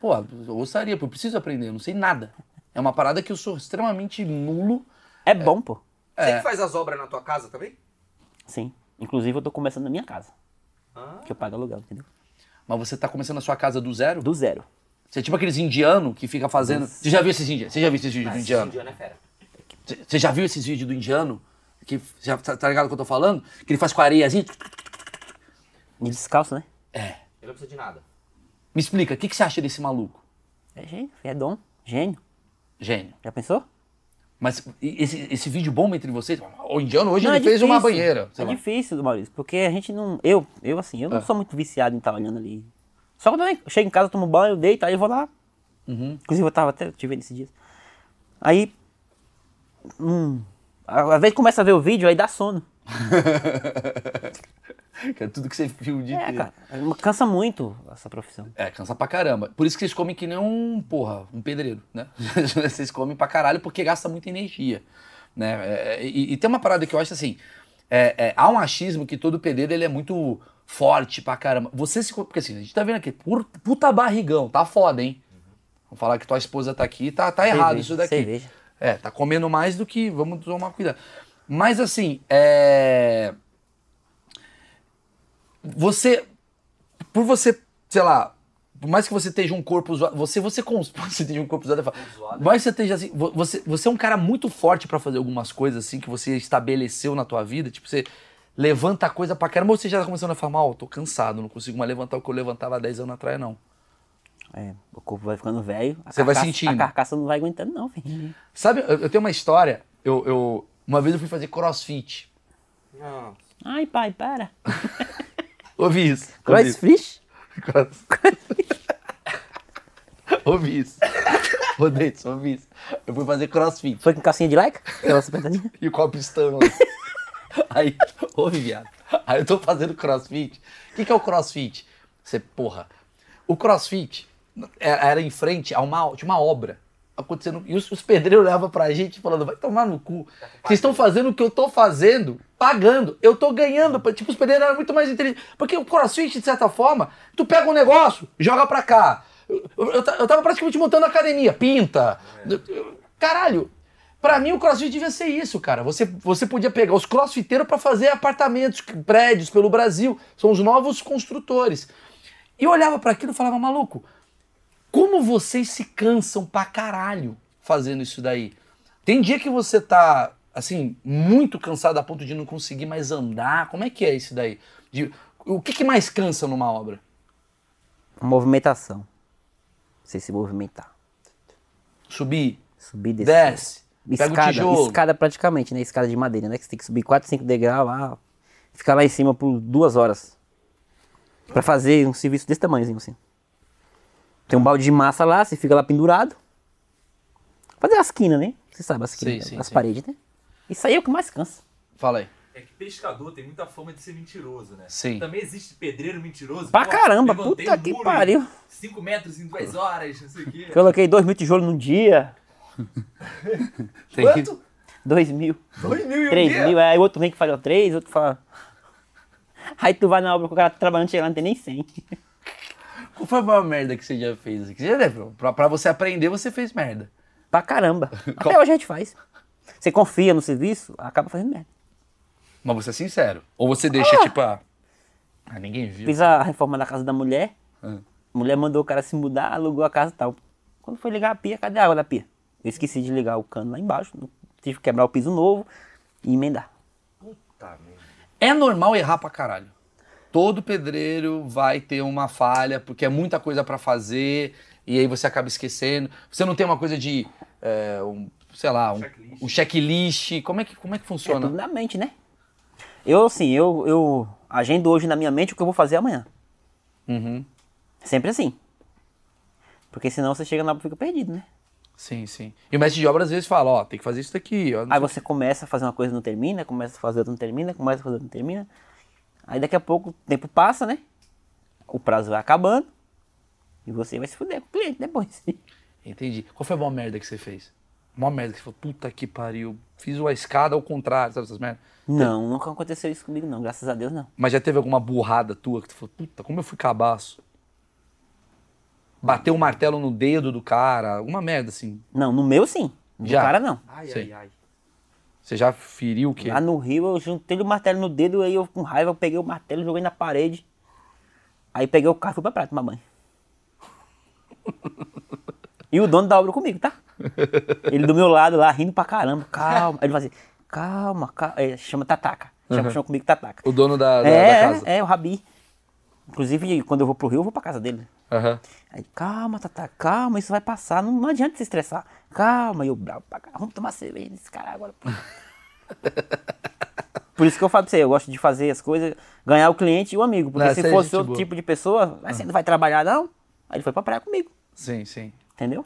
Pô, eu gostaria, pô, eu preciso aprender, eu não sei nada. É uma parada que eu sou extremamente nulo.
É, bom, pô.
Você que faz as obras na tua casa também?
Sim. Inclusive eu tô começando na minha casa,
Ah,
que eu pago aluguel, entendeu?
Mas você tá começando a sua casa do zero?
Do zero.
Você é tipo aqueles indianos que fica fazendo. Você já viu esses indianos? Você já viu esses vídeos do indiano?
indiano é fera.
Você você já viu esses vídeos do indiano? Que, já, tá, tá ligado o que eu tô falando? Que ele faz com a areiazinha.
E descalço, né?
Ele não precisa de nada.
Me explica, o que, que você acha desse maluco?
É gênio, é dom, gênio.
Gênio.
Já pensou?
Mas e- esse, esse vídeo bomba entre vocês? O indiano hoje
Não,
ele
é
fez uma
difícil.
banheira. sei
é
lá. É.
difícil, Maurício, porque a gente não. Eu, eu assim, eu não sou muito viciado em estar olhando ali. Só quando eu chego em casa, tomo banho, deito, aí eu vou lá.
Uhum.
Inclusive eu tava até te vendo esses dias. Aí. Hum, a- às vezes começa a ver o vídeo, aí dá sono.
Cara, tudo que você viu o dia
É,
inteiro.
cara. Cansa muito essa profissão.
É, cansa pra caramba. Por isso que vocês comem que nem um, porra, um pedreiro, né? <laughs> vocês comem pra caralho porque gasta muita energia, né? É, é, e, e tem uma parada que eu acho assim, é, é, há um achismo que todo pedreiro, ele é muito forte pra caramba. Você se... co- Porque assim, a gente tá vendo aqui, pur- puta barrigão, tá foda, hein? Vamos falar que tua esposa tá aqui, tá, tá errado
Cerveja,
isso daqui.
cerveja.
É, tá comendo mais do que. Vamos tomar cuidado. Mas assim, é. Você. Por você, sei lá. Por mais que você esteja um corpo zoado. Você, você, cons- <laughs> você esteja um corpo zoado. eu falo,
Zoado.
Por mais que você esteja assim. vo- Você, você é um cara muito forte pra fazer algumas coisas assim que você estabeleceu na tua vida. Tipo, você levanta coisa pra caramba. Ou você já tá começando a falar, mal, tô cansado, não consigo mais levantar o que eu levantava há 10 anos atrás, não.
É, o corpo vai ficando velho. a
Você vai
carcaça-
sentindo.
A carcaça não vai aguentando, não, filho.
Sabe, eu, eu tenho uma história. Eu, eu, uma vez eu fui fazer crossfit.
Não.
Ai, pai,
<laughs>
para.
Ouvi isso. ouvi
Crossfit?
isso. Cross- <laughs> ouvi isso. Ô, Davidson, ouvi isso. Eu fui fazer crossfit.
Foi com calcinha de
<laughs>
leca? Aquela apertadinha?
E o copo estando <laughs> Aí, ouve, viado. Aí eu tô fazendo crossfit. O que, que é o crossfit? Você, porra. O crossfit era era em frente a uma, tinha uma obra acontecendo. E os, os pedreiros olhavam pra gente falando, vai tomar no cu. Vocês estão fazendo o que eu tô fazendo, pagando. Eu tô ganhando. Tipo, os pedreiros eram muito mais inteligentes. Porque o crossfit, de certa forma, tu pega um negócio, joga pra cá. Eu, eu, ta- eu tava praticamente montando academia, pinta. Caralho, Pra mim, o crossfit devia ser isso, cara. Você, você podia pegar os crossfiteiros pra fazer apartamentos, prédios pelo Brasil. São os novos construtores. E eu olhava pra aquilo e falava, maluco, como vocês se cansam pra caralho fazendo isso daí? Tem dia que você tá, assim, muito cansado a ponto de não conseguir mais andar. Como é que é isso daí? De- o que, que mais cansa numa obra?
Movimentação. Você se movimentar.
Subir,
Subir, descer.
desce, pega o
Escada,
tijolo.
escada praticamente, né? Escada de madeira, né? Que você tem que subir 4, 5 degraus lá, ficar lá em cima por duas horas. Pra fazer um serviço desse tamanhozinho, assim. Tem um balde de massa lá, você fica lá pendurado. Fazer a esquina, né? Você sabe, as esquinas,
Sim, sim,
as
sim.
paredes, né? Isso aí é o que mais cansa.
Fala aí.
É que pescador tem muita fama de ser mentiroso, né?
Sim.
Também existe pedreiro mentiroso.
Pra caramba,
levantei
puta
um
que
muro em
pariu.
Cinco metros em duas horas, não sei o quê.
<laughs> Coloquei dois mil tijolos num dia,
Tem
Quanto?
dois
<laughs>
mil,
Dois mil e um
três
dia?
mil. Aí o outro vem que fala três, outro fala. Aí tu vai na obra com o cara trabalhando, chega lá, não tem nem cem.
Qual foi a maior merda que você já fez? Que você já deve, pra, pra você aprender, você fez merda.
Pra
<laughs>
caramba.
Qual-
Até hoje a gente faz. Você confia no serviço, Ah, acaba fazendo merda.
Mas você é sincero. Ou você deixa, tipo, ah, ah, ninguém viu.
Fiz a reforma da casa da mulher.
Ah.
A mulher mandou o cara se mudar, alugou a casa e tal. Quando foi ligar a pia, cadê a água da pia? Eu esqueci de ligar o cano lá embaixo. Tive que quebrar o piso novo e emendar.
Puta merda.
É normal errar pra caralho. Todo pedreiro vai ter uma falha, porque é muita coisa pra fazer, e aí você acaba esquecendo. Você não tem uma coisa de, é, um, sei lá, um
Checklist.
um checklist. como, é que, como é que
É tudo
funciona?
na mente, né? Eu, assim, eu, eu agendo hoje na minha mente o que eu vou fazer amanhã.
Uhum.
Sempre assim. Porque senão você chega na obra e fica perdido, né?
Sim, sim. E o mestre de obra às vezes fala, ó, tem que fazer isso daqui, ó. não
Aí
sei-
você começa a fazer uma coisa e não termina, começa a fazer outra e não termina, começa a fazer outra e não termina. Aí daqui a pouco o tempo passa, né? O prazo vai acabando. E você vai se fuder com o cliente depois.
Entendi. Qual foi a maior merda que você fez? A maior merda que você falou, puta que pariu, fiz uma escada ao contrário, sabe essas merdas?
Não, nunca aconteceu isso comigo não, graças a Deus não.
Mas já teve alguma burrada tua que tu falou, puta, como eu fui cabaço? Bateu o martelo no dedo do cara, alguma merda assim.
Não, no meu sim. No
Já?
cara não.
Ai,
Sei.
ai, ai.
Você já feriu o quê?
Lá no Rio eu juntei o martelo no dedo, aí eu com raiva eu peguei o martelo, joguei na parede. Aí peguei o carro e fui pra praia tomar banho. <laughs> E o dono da obra comigo, tá? Ele do meu lado lá, rindo pra caramba, calma. Aí ele fazia, calma, calma. Aí chama Tataca. Chama, chama comigo Tataca.
Uhum. O dono da, da-
é,
da casa.
é, é, o Rabi. Inclusive, quando eu vou pro Rio, eu vou pra casa dele.
Aham.
Aí, calma, Tata, calma, isso vai passar, não, não adianta se estressar. Calma, e eu bravo pra cá, vamos tomar cerveja nesse cara agora.
<laughs>
pô. Por isso que eu falo pra você, eu gosto de fazer as coisas, ganhar o cliente e o amigo. Porque
Não,
se
você é
fosse
gente
outro
boa. Hum.
tipo de pessoa, "Mas você não vai trabalhar não? Aí ele foi pra praia comigo,
Sim, sim.
entendeu?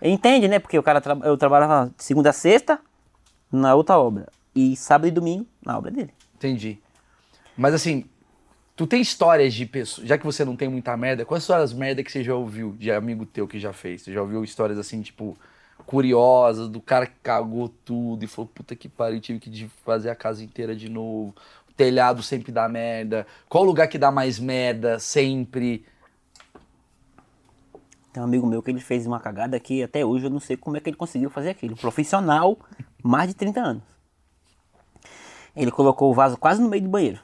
Entende, né? Porque o cara, tra- eu trabalhava de segunda a sexta na outra obra. E sábado e domingo na obra dele.
Entendi. Mas assim, tu tem histórias de pessoas. Já que você não tem muita merda, quais são as merdas que você já ouviu de amigo teu que já fez? Você já ouviu histórias assim, tipo, curiosas, do cara que cagou tudo e falou, puta que pariu, tive que de- fazer a casa inteira de novo. O telhado sempre dá merda. Qual lugar que dá mais merda sempre?
Tem um amigo meu que ele fez uma cagada que até hoje eu não sei como é que ele conseguiu fazer aquilo. Profissional, mais de 30 anos. Ele colocou o vaso quase no meio do banheiro.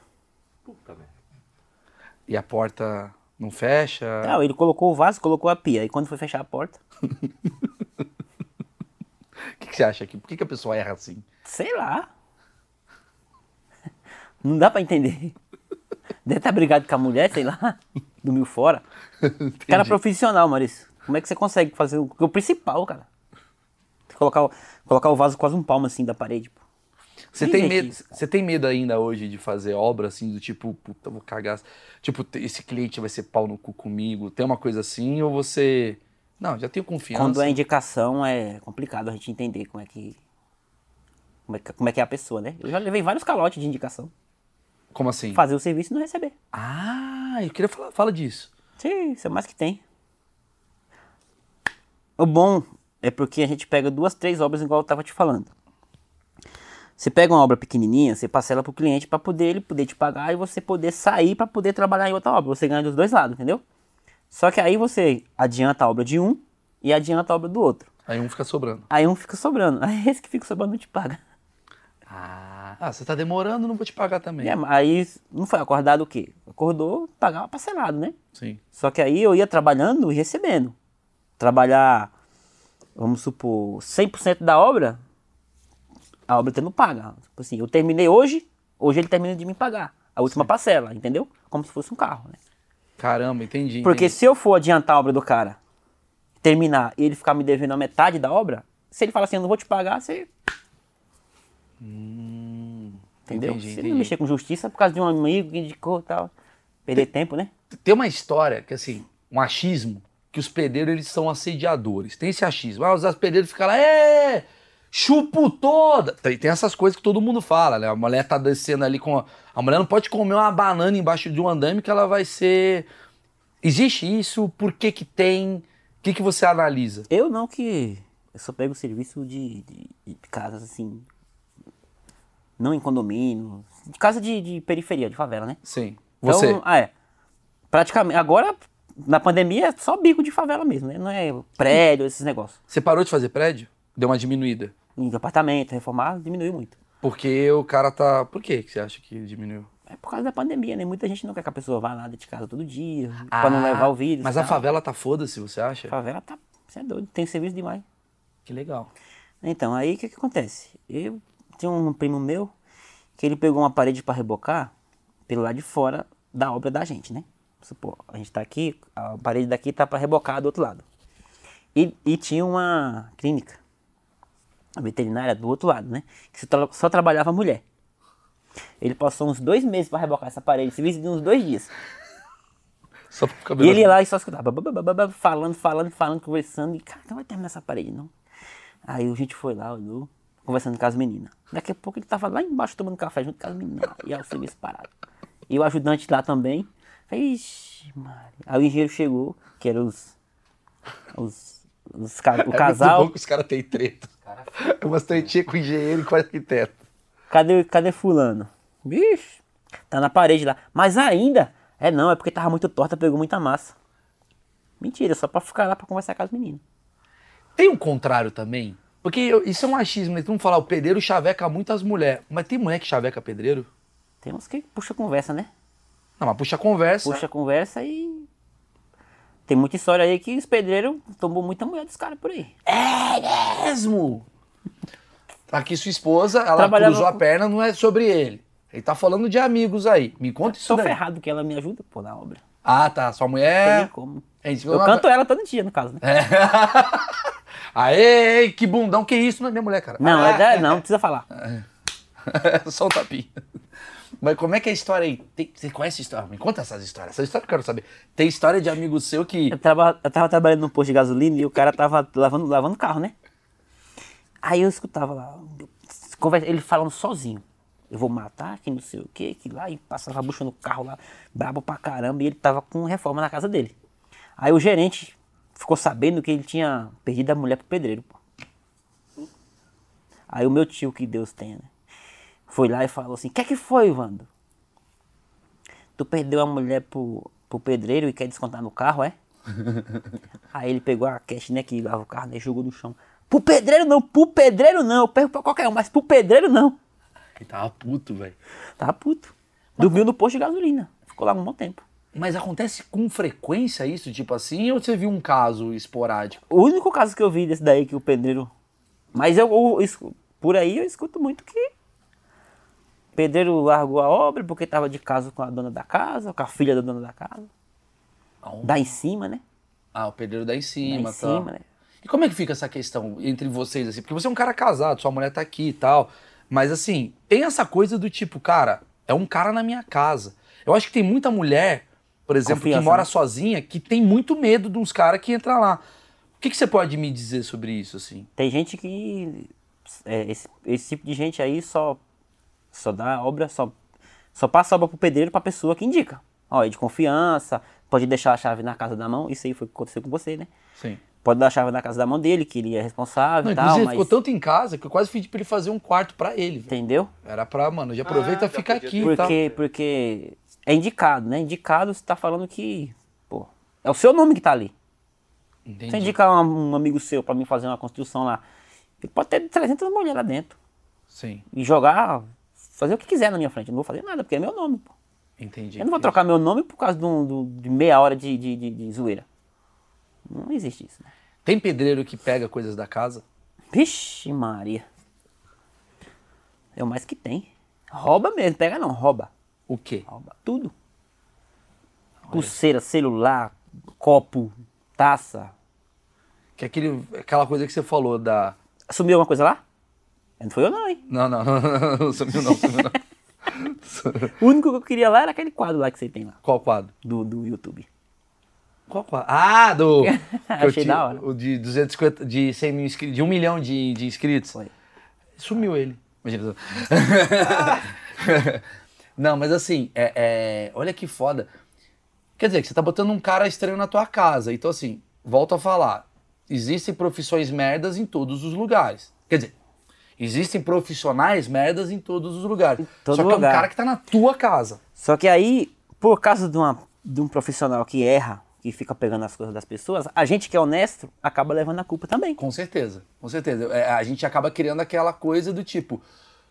E a porta não fecha.
Não, ele colocou o vaso, colocou a pia. E quando foi fechar a porta,
O que, que você acha aqui? Por que, que a pessoa erra assim? <laughs>
sei lá. <laughs> Não dá pra entender. Deve estar brigado com a mulher, sei lá. Dormiu fora. Cara profissional, Maurício. Como é que você consegue fazer o, o principal, cara? Colocar, o- colocar o vaso quase um palmo assim da parede. pô.
Você
Que
tem,
jeito
medo,
isso, cara?
você tem medo ainda hoje de fazer obra assim, do tipo, puta, eu vou cagar. Tipo, te- esse cliente vai ser pau no cu comigo. Tem uma coisa assim, ou você. Não, já tenho confiança.
Quando é indicação é complicado a gente entender como é que. Como é que, como é, que é a pessoa, né? Eu já levei vários calotes de indicação.
Como assim?
Fazer o serviço e não receber.
Ah, eu queria falar fala disso.
Sim, isso é mais que tem. O bom é porque a gente pega duas, três obras igual eu tava te falando. Você pega uma obra pequenininha, você parcela pro cliente para poder ele poder te pagar e você poder sair para poder trabalhar em outra obra. Você ganha dos dois lados, entendeu? Só que aí você adianta a obra de um e adianta a obra do outro.
Aí um fica sobrando.
Aí um fica sobrando. <laughs> Aí esse que fica sobrando não te paga.
Ah, você tá demorando, não vou te pagar também.
É, mas aí não foi acordado o quê? Acordou, pagava parcelado, né?
Sim.
Só que aí eu ia trabalhando e recebendo. Trabalhar, vamos supor, 100% da obra, a obra tendo paga. Tipo assim, eu terminei hoje, hoje ele termina de me pagar. A última parcela, entendeu? Como se fosse um carro, né?
Caramba, entendi.
Porque
entendi.
se eu for adiantar a obra do cara, terminar e ele ficar me devendo a metade da obra, se ele fala assim, eu não vou te pagar, você. Hum, Entendeu?
entendi,
se
entendi.
não mexer com justiça por causa de um amigo que indicou e tal. Perder tempo, né?
Tem uma história que, assim, um achismo, que os pedreiros, eles são assediadores. Tem esse achismo. Ah, os pedreiros ficam lá, é, chupo toda. Tem, tem essas coisas que todo mundo fala, né? A mulher tá descendo ali com... A, a mulher não pode comer uma banana embaixo de um andame que ela vai ser... Existe isso? Por que que tem? O que que você analisa?
Eu não que. Eu só pego serviço de, de, de casas assim. Não em condomínio. De casa de, de periferia, de favela, né?
Sim. Você?
Então, ah, é. Praticamente. Agora, na pandemia, é só bico de favela mesmo, né? Não é prédio, esses negócios.
Você parou de fazer prédio? Deu uma diminuída?
em apartamento, reformar, um diminuiu muito.
Porque o cara tá... Por que que você acha que diminuiu?
É por causa da pandemia, né? Muita gente não quer que a pessoa vá lá de casa todo dia, pra não levar o vírus.
Ah, Mas
e
a
tal.
favela tá foda-se, você acha?
A favela tá. Você é doido, tem serviço demais.
Que legal.
Então, aí o que, que acontece? Eu tinha um primo meu que ele pegou uma parede pra rebocar pelo lado de fora da obra da gente, né? Supor, a gente tá aqui, a parede daqui tá pra rebocar do outro lado. E, e tinha uma clínica, a veterinária do outro lado, né? Que só, tra- só trabalhava mulher. Ele passou uns dois meses pra rebocar essa parede, serviço de uns dois dias.
Só pra ficar
E ele ia lá e só escutava, bababababa, falando, falando, falando, conversando. E, cara, não vai terminar essa parede, não. Aí a gente foi lá, olhou, conversando com as meninas. Daqui a pouco ele tava lá embaixo tomando café junto com as meninas. lá, E aí o serviço parado. E o ajudante lá também. Falei, Ixi, Maria. Aí o engenheiro chegou, que era os. os, os ca- o
<laughs> É muito
casal.
bom que os caras têm treta. É umas tretinhas com engenheiro e com arquiteto.
Cadê, cadê fulano? Bicho, tá na parede lá. Mas ainda, é não, é porque tava muito torta, pegou muita massa. Mentira, só pra ficar lá pra conversar com as meninas.
Tem um contrário também? Porque eu- isso é um achismo, né? Vamos falar, o pedreiro chaveca muitas mulheres. Mas tem mulher que chaveca pedreiro?
Tem uns que puxa conversa, né?
Não, mas puxa a conversa.
Puxa conversa e. Tem muita história aí que os pedreiros tomou muita mulher dos caras por aí.
É mesmo! Tá Aqui sua esposa, ela
Trabalhava
cruzou a
com-
perna, não é sobre ele. Ele tá falando de amigos aí. Me conta isso
Sou
daí.
ferrado que ela me ajuda, pô, na obra.
Ah, tá. Sua
Não tem nem
mulher...
como.
É, A gente viu
Eu
uma-
canto ela todo dia, no caso, né?
É. <laughs> Aê, que bundão. Que isso? Não é minha mulher, cara.
Não, é da- não, não precisa falar.
<laughs> Só um tapinha. Mas como é que é a história aí? Tem- você conhece a história? Me conta essas histórias. Essa história eu quero saber. Tem história de amigo seu que.
Eu tava, eu tava trabalhando num posto de gasolina e o cara tava lavando, lavando carro, né? Aí eu escutava lá, conversa- ele falando sozinho. eu vou matar, que não sei o quê, que lá, e passava bucha no carro lá, brabo pra caramba, e ele tava com reforma na casa dele. Aí o gerente ficou sabendo que ele tinha perdido a mulher pro pedreiro, pô. Aí o meu tio, que Deus tenha, né? Foi lá e falou assim, o que é que foi, Wando? Tu perdeu a mulher pro, pro pedreiro e quer descontar no carro, é? Aí ele pegou a cash, né, que lava o carro, né, jogou no chão. Pro pedreiro não, pro pedreiro não, eu perco pra qualquer um, mas pro pedreiro não.
Ele tava puto, velho.
Tava puto. Dormiu no posto de gasolina. Ficou lá um bom tempo.
Mas acontece com frequência isso, tipo assim, ou você viu um caso esporádico?
O único caso que eu vi desse daí que o pedreiro. Mas eu, eu escu- por aí eu escuto muito que o pedreiro largou a obra porque tava de casa com a dona da casa, com a filha da dona da casa.
Aonde?
Dá em cima, né?
Ah, o pedreiro dá em
Dá
cima,
em
tá?
cima, né?
E como é que fica essa questão entre vocês, assim? Porque você é um cara casado, sua mulher tá aqui e tal. Mas assim, tem essa coisa do tipo, cara, é um cara na minha casa. Eu acho que tem muita mulher, por exemplo, que
Confiança,
mora
né?
sozinha, que tem muito medo de uns caras que entram lá. O que, que você pode me dizer sobre isso, assim?
Tem gente que. é, esse, esse tipo de gente aí só. Só dá obra, só. Só passa obra pro pedreiro pra pessoa que indica. Ó, é de confiança, pode deixar a chave na casa da mão. Isso aí foi o que aconteceu com você, né?
Sim.
Pode dar a chave na casa da mão dele, que ele é responsável
Não,
e
inclusive,
tal,
ele
mas.
ficou tanto em casa que eu quase pedi pra ele fazer um quarto pra ele. velho.
Entendeu?
Era pra, mano, já aproveita
Ah,
e
já
fica
podia
aqui e tal.
Porque, porque é indicado, né? Indicado, você tá falando que. Pô, é o seu nome que tá ali. Se eu
Entendi.
indicar um, um amigo seu pra mim fazer uma construção lá, ele pode ter 300 mulheres lá dentro.
Sim,
E jogar, fazer o que quiser na minha frente. Eu não vou fazer nada, porque é meu nome, pô.
entendi.
Eu não vou trocar meu nome por causa de, um- do- de meia hora de, de, de- de zoeira. Não existe isso, né?
Tem pedreiro que pega coisas da casa?
Vixe Maria. É o mais que tem. Rouba mesmo, pega não, rouba.
O quê?
Rouba tudo. Pulseira, celular, copo, taça.
Que é aquele, aquela coisa que você falou da.
Sumiu alguma coisa lá? Não foi eu não, hein?
Não, não, <laughs> não, não, não sumiu não, sumiu não.
O único que eu queria lá era aquele quadro lá que você tem lá,
Qual quadro?
do, do YouTube.
Qual quadro? Ah, <laughs> do. que eu
Achei
tinha-
da hora.
O de 250, de 100 mil inscritos, de 1 milhão de, de inscritos.
Foi.
Sumiu ele. Imagina. <laughs> não, mas assim, é, é, olha que foda. Quer dizer, que você tá botando um cara estranho na tua casa. Então, assim, volto a falar. Existem profissões merdas em todos os lugares. Quer dizer, existem profissionais merdas em todos os lugares.
todo
Só que é
lugar.
um cara que tá na tua casa.
Só que aí, por causa de, uma- de um profissional que erra, que fica pegando as coisas das pessoas, a gente que é honesto acaba levando a culpa também.
Com certeza, com certeza. É, a gente acaba criando aquela coisa do tipo,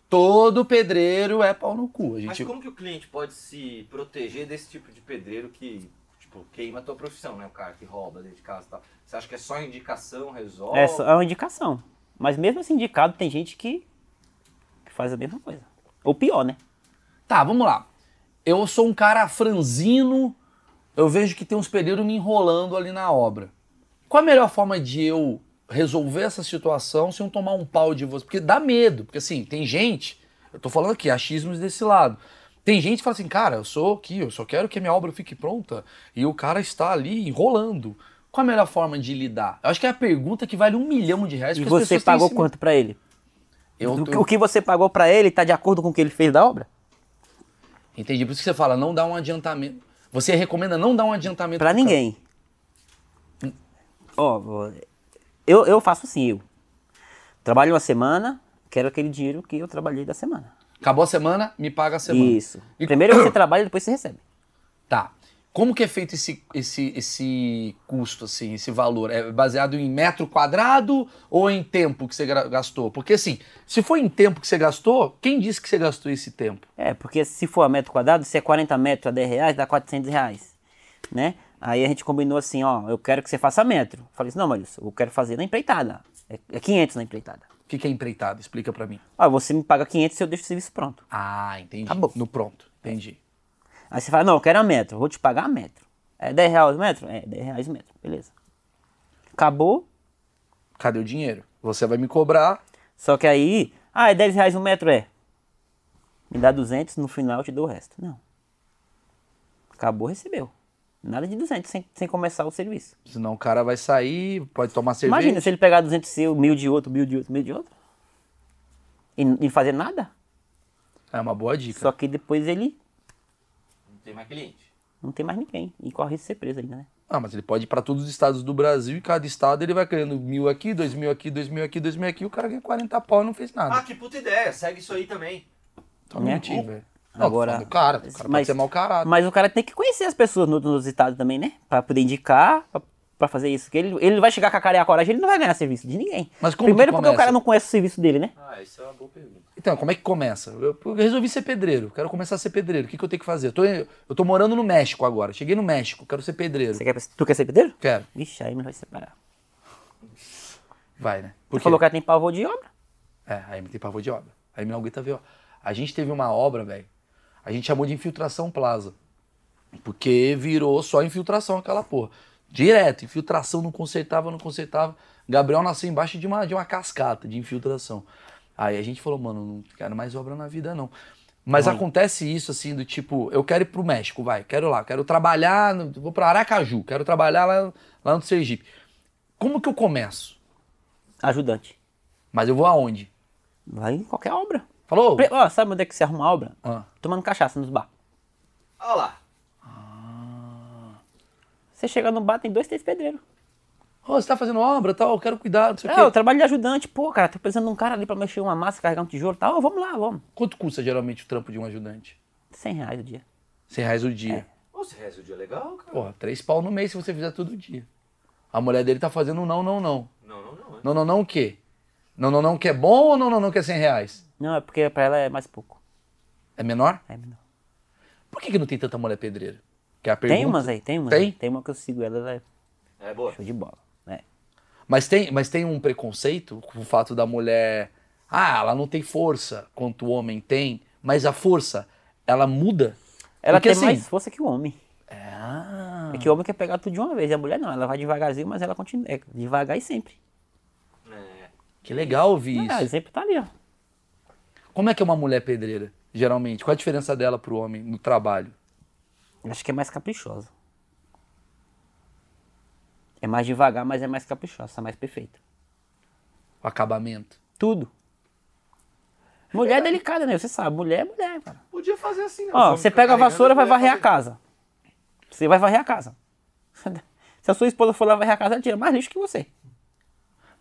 todo pedreiro é pau no cu. A
Mas
tipo,
gente...
como que o cliente pode se proteger desse tipo de pedreiro que, tipo, queima a tua profissão, né? O cara que rouba dentro de casa e tal. Você acha que é só indicação,
Oh.
resolve?
É, só- é uma indicação. Mas mesmo assim, indicado, tem gente que, que faz a mesma coisa. Ou pior, né?
Tá, vamos lá. Eu sou um cara franzino, eu vejo que tem uns pedreiros me enrolando ali na obra. Qual a melhor forma de eu resolver essa situação sem eu tomar um pau de você? Porque dá medo, porque assim, tem gente, eu tô falando aqui, achismos desse lado. Tem gente que fala assim, cara, eu sou aqui, eu só quero que a minha obra fique pronta e o cara está ali enrolando. Qual a melhor forma de lidar? Eu acho que é a pergunta que vale um milhão de reais.
E
porque as
você
pessoas têm
pagou
esse-
quanto pra ele?
Eu
Do-
tô-
O que você pagou pra ele tá de acordo com o que ele fez da obra?
Entendi. Por isso que você fala, não dá um adiantamento. Você recomenda não dar um adiantamento.
Pra
pro cara.
ninguém. Ó, vou- eu, eu faço assim, eu. Trabalho uma semana, quero aquele dinheiro que eu trabalhei da semana.
Acabou a semana, me paga a semana.
Isso.
E-
Primeiro você trabalha, depois você recebe.
Tá. Como que é feito esse, esse, esse custo, assim, esse valor? É baseado em metro quadrado ou em tempo que você gra- gastou? Porque, assim, se for em tempo que você gastou, quem disse que você gastou esse tempo?
É, porque se for a metro quadrado, se é 40 metros a 10 reais, dá 400 reais, né? Aí a gente combinou assim, ó, eu quero que você faça metro. Eu Falei assim, não, Marilson, eu quero fazer na empreitada. É, é 500 na empreitada.
O que, que é empreitado? Explica pra mim.
Ó, você me paga 500 se eu deixo o serviço pronto.
Ah, entendi.
Acabou.
No pronto. Entendi.
Aí você fala, não, eu quero a metro, eu vou te pagar a metro. É 10 reais o metro? É 10 reais o metro, beleza. Acabou,
Cadê o dinheiro? Você vai me cobrar.
só que aí, ah, é 10 reais o metro, é. Me dá 200, no final eu te dou o resto. Não. Acabou, recebeu. Nada de 200 sem, sem começar o serviço.
Senão o cara vai sair, pode tomar cerveja.
Imagina se ele pegar 200 seu, mil de outro, mil de outro, mil de outro. E, e fazer nada?
É uma boa dica.
Só que depois ele
Não tem mais cliente.
não tem mais ninguém. E corre de ser preso ainda, né?
Ah, mas ele pode ir pra todos os estados do Brasil e cada estado ele vai ganhando mil aqui, dois mil aqui, dois mil aqui, dois mil aqui, o cara ganha 40 pau e não fez nada.
Ah, que puta ideia, segue isso aí também.
Tá
né?
mentindo, velho.
Agora-
Agora. O cara, o cara pode
Mas-
ser mau caráter.
Mas o cara tem que conhecer as pessoas no- nos estados também, né? Pra poder indicar, pra, pra fazer isso. Porque ele, ele vai chegar com a cara e a coragem, ele não vai ganhar serviço de ninguém.
Mas como
Primeiro
que
porque o
começa?
cara não conhece o serviço dele, né?
Ah, isso é uma boa pergunta.
Então, como é que começa? Eu, eu resolvi ser pedreiro, quero começar a ser pedreiro. O que, que eu tenho que fazer? Eu tô, eu tô morando no México agora. Cheguei no México, quero ser pedreiro.
Você quer, tu quer ser pedreiro?
Quero.
Vixe, aí não vai separar.
Vai, né?
Você
Porque,
falou que o cara tem pavor de obra.
É, aí me tem pavor de obra. Aí me não aguenta ver, ó. A gente teve uma obra, velho. A gente chamou de infiltração plaza. Porque virou só infiltração aquela porra. Direto, infiltração, não consertava, não consertava. Gabriel nasceu embaixo de uma, de uma cascata de infiltração. Aí a gente falou, mano, não quero mais obra na vida, não. Mas acontece isso, assim, do tipo, eu quero ir pro México, vai, quero lá, quero trabalhar, no- vou pra Aracaju, quero trabalhar lá, lá no Sergipe. Como que eu começo?
Ajudante.
Mas eu vou aonde?
Vai em qualquer obra.
Falou?
Pre- Ó, sabe onde é que se arruma a obra?
Ah.
Tomando cachaça nos bar.
Olha lá.
Você chega no bar, tem dois, três pedreiros.
Ô, você tá fazendo obra tal, eu quero cuidar, não sei o
É,
quê.
eu trabalho de ajudante. Pô, cara, tô precisando de um cara ali pra mexer uma massa, carregar um tijolo e tal. Ó, vamos lá, vamos.
Quanto custa geralmente o trampo de um ajudante?
100 reais o dia.
100 reais o dia.
É.
Nossa, resto o dia legal, cara.
Porra, três pau no mês se você fizer todo dia. A mulher dele tá fazendo um não, não, não.
Não, não, né? não.
Não, não, não o quê? Não, não, não que é bom ou não, não, não que é 100 reais?
Não, é porque pra ela é mais pouco.
É menor?
É menor.
Por que, que não tem tanta mulher pedreira? Que é a pergunta.
Tem umas né? aí, tem umas.
Tem?
aí. Tem uma que eu sigo ela, ela é
É boa.
show de bola. É.
Mas tem, mas tem um preconceito com o fato da mulher. Ah, ela não tem força quanto o homem tem, mas a força, ela muda.
Ela
Porque,
tem
assim,
mais força que o homem.
Ah,
É que o homem quer pegar tudo de uma vez. E a mulher não, ela vai devagarzinho, mas ela continua. É, devagar e sempre.
É.
que legal ouvir isso.
É, sempre tá ali, ó.
Como é que é uma mulher pedreira, geralmente? Qual a diferença dela pro homem no trabalho?
Eu Acho que é mais caprichosa. É mais devagar, mas é mais caprichosa, é mais perfeita.
O acabamento.
Tudo. Mulher é delicada, né? Você sabe, mulher é mulher, cara.
Podia fazer assim, né? Os
Ó,
homens
você
ficam
pega a
carregando,
vassoura, vai
mulher
varrer a
fazer-
casa. Você vai varrer a casa. <laughs> Se a sua esposa for lá varrer a casa, ela tira mais lixo que você.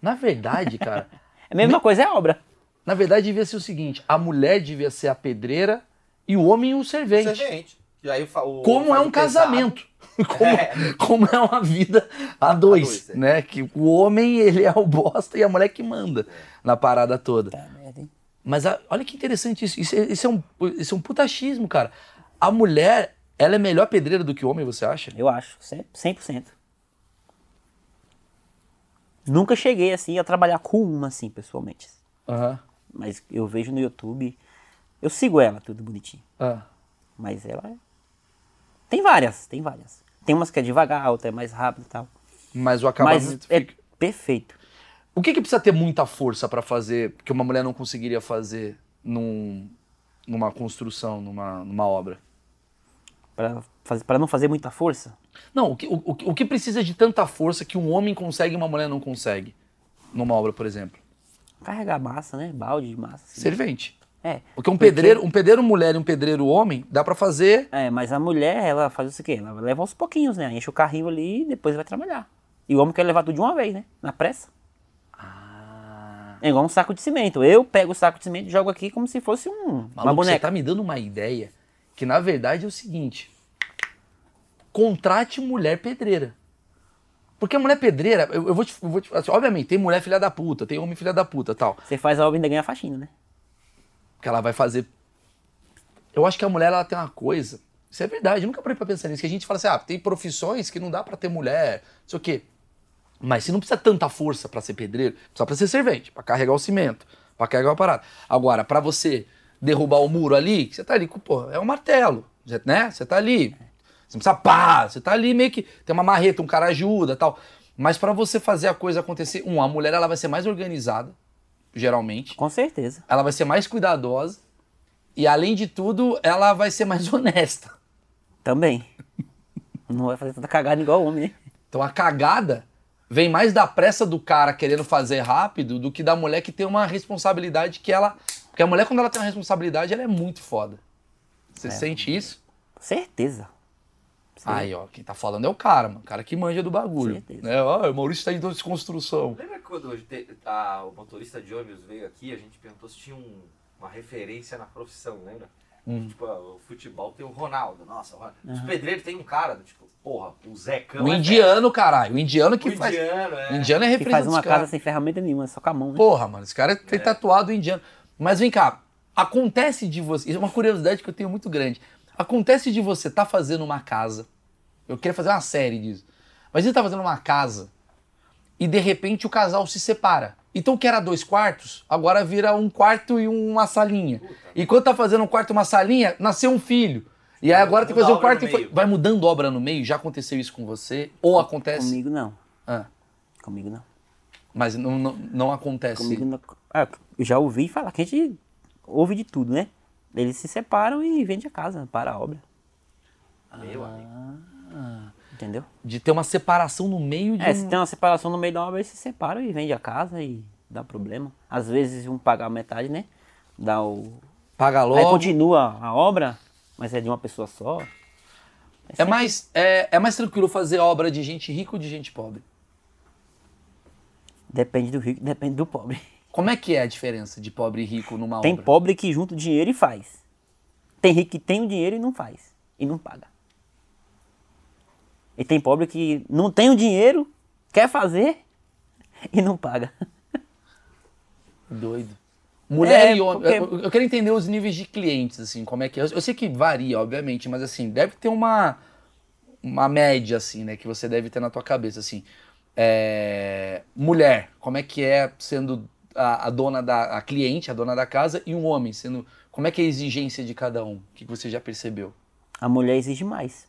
Na verdade, cara, <laughs>
É a mesma coisa, é obra.
na verdade devia ser o seguinte: a mulher devia ser a pedreira e o homem o servente.
Servente. E aí, o fa- o-
Como é
faz
um
o pesado.
casamento. <laughs> Como,
É.
como é uma vida a dois,
dois, é.
né? Que o homem, ele é o bosta e a mulher que manda na parada toda.
Tá, merda, hein?
Mas a- olha que interessante isso. Isso é, isso, é um, isso é um puta achismo, cara. A mulher, ela é melhor pedreira do que o homem, você acha?
Eu acho, 100%. Nunca cheguei assim a trabalhar com uma assim, pessoalmente.
Aham.
Mas eu vejo no YouTube, eu sigo ela, tudo bonitinho.
Ah.
Mas ela é... Tem várias, tem várias. Tem umas que é devagar, outra é mais rápida e tal.
Mas o
Mas
acabamento
é
fica...
perfeito.
O que, que precisa ter muita força pra fazer que uma mulher não conseguiria fazer num- numa construção, numa, numa obra?
Pra, fazer, pra não fazer muita força,
Não, o que, o, o- o que precisa de tanta força que um homem consegue e uma mulher não consegue? Numa obra, por exemplo.
carregar massa, né? Balde de massa. assim.
Servente.
É.
Porque um pedreiro, um pedreiro mulher e um pedreiro homem, dá pra fazer.
É, mas a mulher, ela faz o quê? Ela leva aos pouquinhos, né? Enche o carrinho ali e depois vai trabalhar. E o homem quer levar tudo de uma vez, né? Na pressa.
Ah.
É igual um saco de cimento. Eu pego o saco de cimento e jogo aqui como se fosse um, uma
Maluco, você
boneca.
tá me dando uma ideia que na verdade é o seguinte: contrate mulher pedreira. Porque a mulher pedreira, eu, eu vou te. eu vou te- assim, obviamente, tem mulher filha da puta, tem homem filha da puta tal.
Você faz a obra e ainda ganha a faxina, né?
que ela vai fazer. Eu acho que a mulher ela tem uma coisa. Isso é verdade, eu nunca parei pra pensar nisso. Que a gente fala assim, ah, tem profissões que não dá pra ter mulher, não sei o quê. Mas você não precisa tanta força pra ser pedreiro, só pra ser servente, pra carregar o cimento, pra carregar a parada. Agora, pra você derrubar o muro ali, que você tá ali com, pô, é um martelo, você- né? Você tá ali. Você não precisa pá, você tá ali meio que tem uma marreta, um cara ajuda, tal. Mas pra você fazer a coisa acontecer, um, a mulher ela vai ser mais organizada, geralmente
Com certeza.
ela vai ser mais cuidadosa e, além de tudo, ela vai ser mais <laughs> honesta. <laughs>
Também. não vai fazer tanta cagada igual o homem, né?
Então a cagada vem mais da pressa do cara querendo fazer rápido do que da mulher que tem uma responsabilidade que ela Porque a mulher, quando ela tem uma responsabilidade, ela é muito foda. Você
É.
sente isso?
Certeza.
Aí, ó, quem tá falando é o cara, mano. O cara que manja do bagulho.
Certeza.
Né? Ó, o Maurício tá em desconstrução.
Lembra quando te- a- o motorista de ônibus veio aqui, a gente perguntou se tinha um- uma referência na profissão, lembra?
Hum.
Tipo, ah, o futebol tem o Ronaldo, nossa, o Ronaldo. os pedreiros tem um cara, do tipo, porra, o Zecão.
O
é
indiano, caralho. O indiano que
velho. o
faz.
indiano,
O
é.
indiano é
Que
referência
faz
dos
uma
caras.
casa sem ferramenta nenhuma, só com a mão, né?
Porra, mano, esse cara
É.
tem tatuado indiano. Mas vem cá, acontece de você. Isso é uma curiosidade que eu tenho muito grande. Acontece de você tá fazendo uma casa. Eu queria fazer uma série disso. Mas ele tá fazendo uma casa e de repente o casal se separa. Então o que era dois quartos, agora vira um quarto e uma salinha. E quando tá fazendo um quarto e uma salinha, nasceu um filho. E aí agora tem que fazer
Muda a
um
obra
quarto
no
e foi...
meio.
vai mudando obra no meio. Já aconteceu isso com você? Ou acontece?
Comigo não.
Ah,
Comigo não.
mas não, não, não acontece.
Comigo não. Ah, eu já ouvi falar que a gente ouve de tudo, né? Eles se separam e vende a casa, para a obra.
Meu amigo.
Entendeu?
De ter uma separação no meio de
É,
um-
se tem uma separação no meio da obra, eles se separam e vende a casa e dá problema. Às vezes um paga a metade, né? Dá o.
Paga
Aí
logo.
continua a obra, mas é de uma pessoa só.
É mais, é, é mais tranquilo fazer obra de gente rica ou de gente pobre?
Depende do rico, depende do pobre.
Como é que é a diferença de pobre e rico numa
Tem
obra?
pobre que junta o dinheiro e faz. Tem rico que tem o dinheiro e não faz. E não paga. E tem pobre que não tem o dinheiro, quer fazer <laughs> e não paga.
Doido. Mulher
É,
e homem.
porque-
Eu, eu quero entender os níveis de clientes, assim, como é que é. Eu, eu sei que varia, obviamente, mas assim, deve ter uma, uma média, assim, né, que você deve ter na tua cabeça, assim. É, mulher, como é que é sendo a, a dona da. a cliente, a dona da casa, e um homem, sendo. Como é que é a exigência de cada um? O que que você já percebeu?
A mulher exige mais.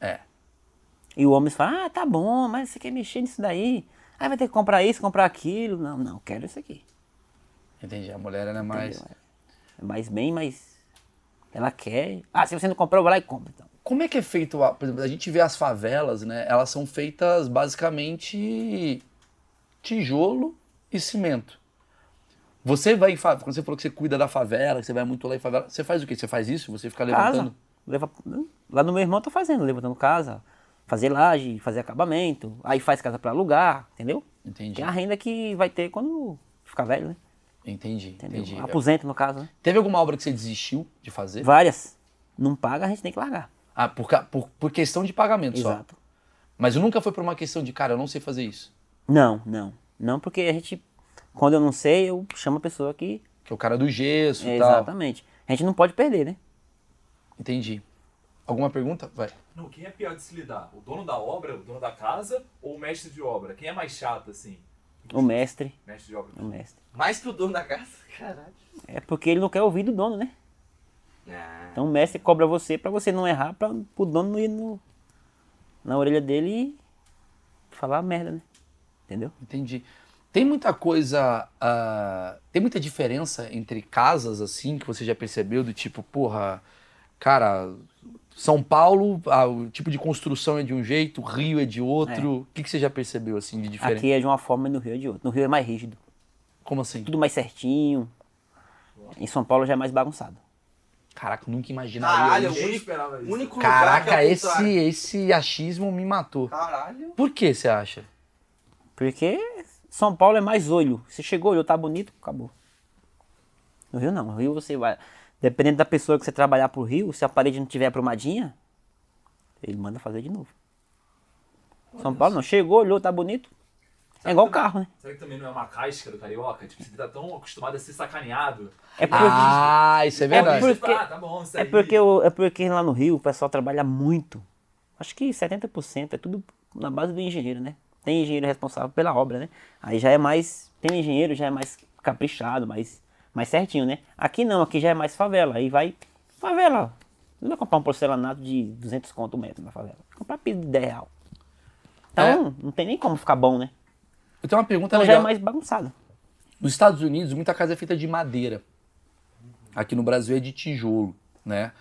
É.
E o homem fala: ah, tá bom, mas você quer mexer nisso daí? Aí vai ter que comprar isso, comprar aquilo. Não, não, quero isso aqui.
Entendi. A mulher ela é mais.
Entendeu? É mais bem, mas ela quer. Ah, se você não comprou, eu vou lá e compra. Então.
Como é que é feito, a, por exemplo, a gente vê as favelas, né? Elas são feitas basicamente tijolo e cimento. Você vai em favela, quando você falou que você cuida da favela, que você vai muito lá em favela, você faz o quê? Você faz isso? Você fica levantando?
Casa. Leva- lá no meu irmão eu tô fazendo, levantando casa, fazer laje, fazer acabamento, aí faz casa pra alugar, entendeu?
Entendi.
Tem a renda que vai ter quando ficar velho, né?
Entendi,
Entendeu?
entendi.
Aposento, no caso, né?
Teve alguma obra que você desistiu de fazer?
Várias. Não paga, a gente tem que largar.
Ah, por, ca- por, por questão de pagamento só.
Exato.
Mas nunca foi por uma questão de, cara, eu não sei fazer isso.
Não, não. Não, porque a gente, quando eu não sei, eu chamo a pessoa que. é,
Que é o cara do gesso e tal.
Exatamente. A gente não pode perder, né?
Entendi. Alguma pergunta? Vai.
Não, quem é pior de se lidar? O dono da obra, o dono da casa ou o mestre de obra? Quem é mais chato, assim?
O mestre.
Mestre de obra.
O mestre.
Mais que o dono da
<laughs>
casa, caralho.
É porque ele não quer ouvir do dono, né?
É.
Ah,
Então o mestre cobra você pra você não errar, pra o dono não ir no, na orelha dele e falar merda, né? Entendeu?
Entendi. Tem muita coisa. ah, tem muita diferença entre casas, assim, que você já percebeu, do tipo, porra, cara, São Paulo, ah, o tipo de construção é de um jeito, Rio é de outro. O que, que você já percebeu, assim, de diferença?
Aqui é de uma forma e no Rio é de outra. No Rio é mais rígido,
Como assim?
tudo mais certinho. Em São Paulo já é mais bagunçado.
Caraca, nunca imaginaria
Caralho,
isso.
o
Ninguém
único,
esperava isso.
único lugar
Caraca,
que é o
esse,
contrário.
esse achismo me matou.
Caralho.
Por que você acha?
Porque São Paulo é mais olho. Você chegou, olhou, tá bonito, acabou. No Rio não. No Rio você vai. Dependendo da pessoa que você trabalhar pro Rio, se a parede não tiver aprumadinha, ele manda fazer de novo. São Paulo não. Chegou, olhou, tá bonito. É igual carro, né?
Será que também não é uma casca do carioca? Tipo, você tá tão acostumado a ser sacaneado.
É porque,
Ah, isso é verdade.
Você
por-
fala,
porque-
ah, tá bom, isso
é,
aí.
porque o- é porque lá no Rio o pessoal trabalha muito. Acho que 70% é tudo na base do engenheiro, né? Tem engenheiro responsável pela obra, né? Aí já é mais. Tem engenheiro, já é mais caprichado, mais, mais certinho, né? Aqui não, aqui já é mais favela. Aí vai. Favela. Não vai comprar um porcelanato de 200 conto um metro na favela. Vai comprar piso de 10 real. Então, não tem nem como ficar bom, né?
Eu tenho uma pergunta
Então já é
legal.
mais bagunçado.
Nos Estados Unidos, muita casa é feita de madeira. Aqui no Brasil é de tijolo, né?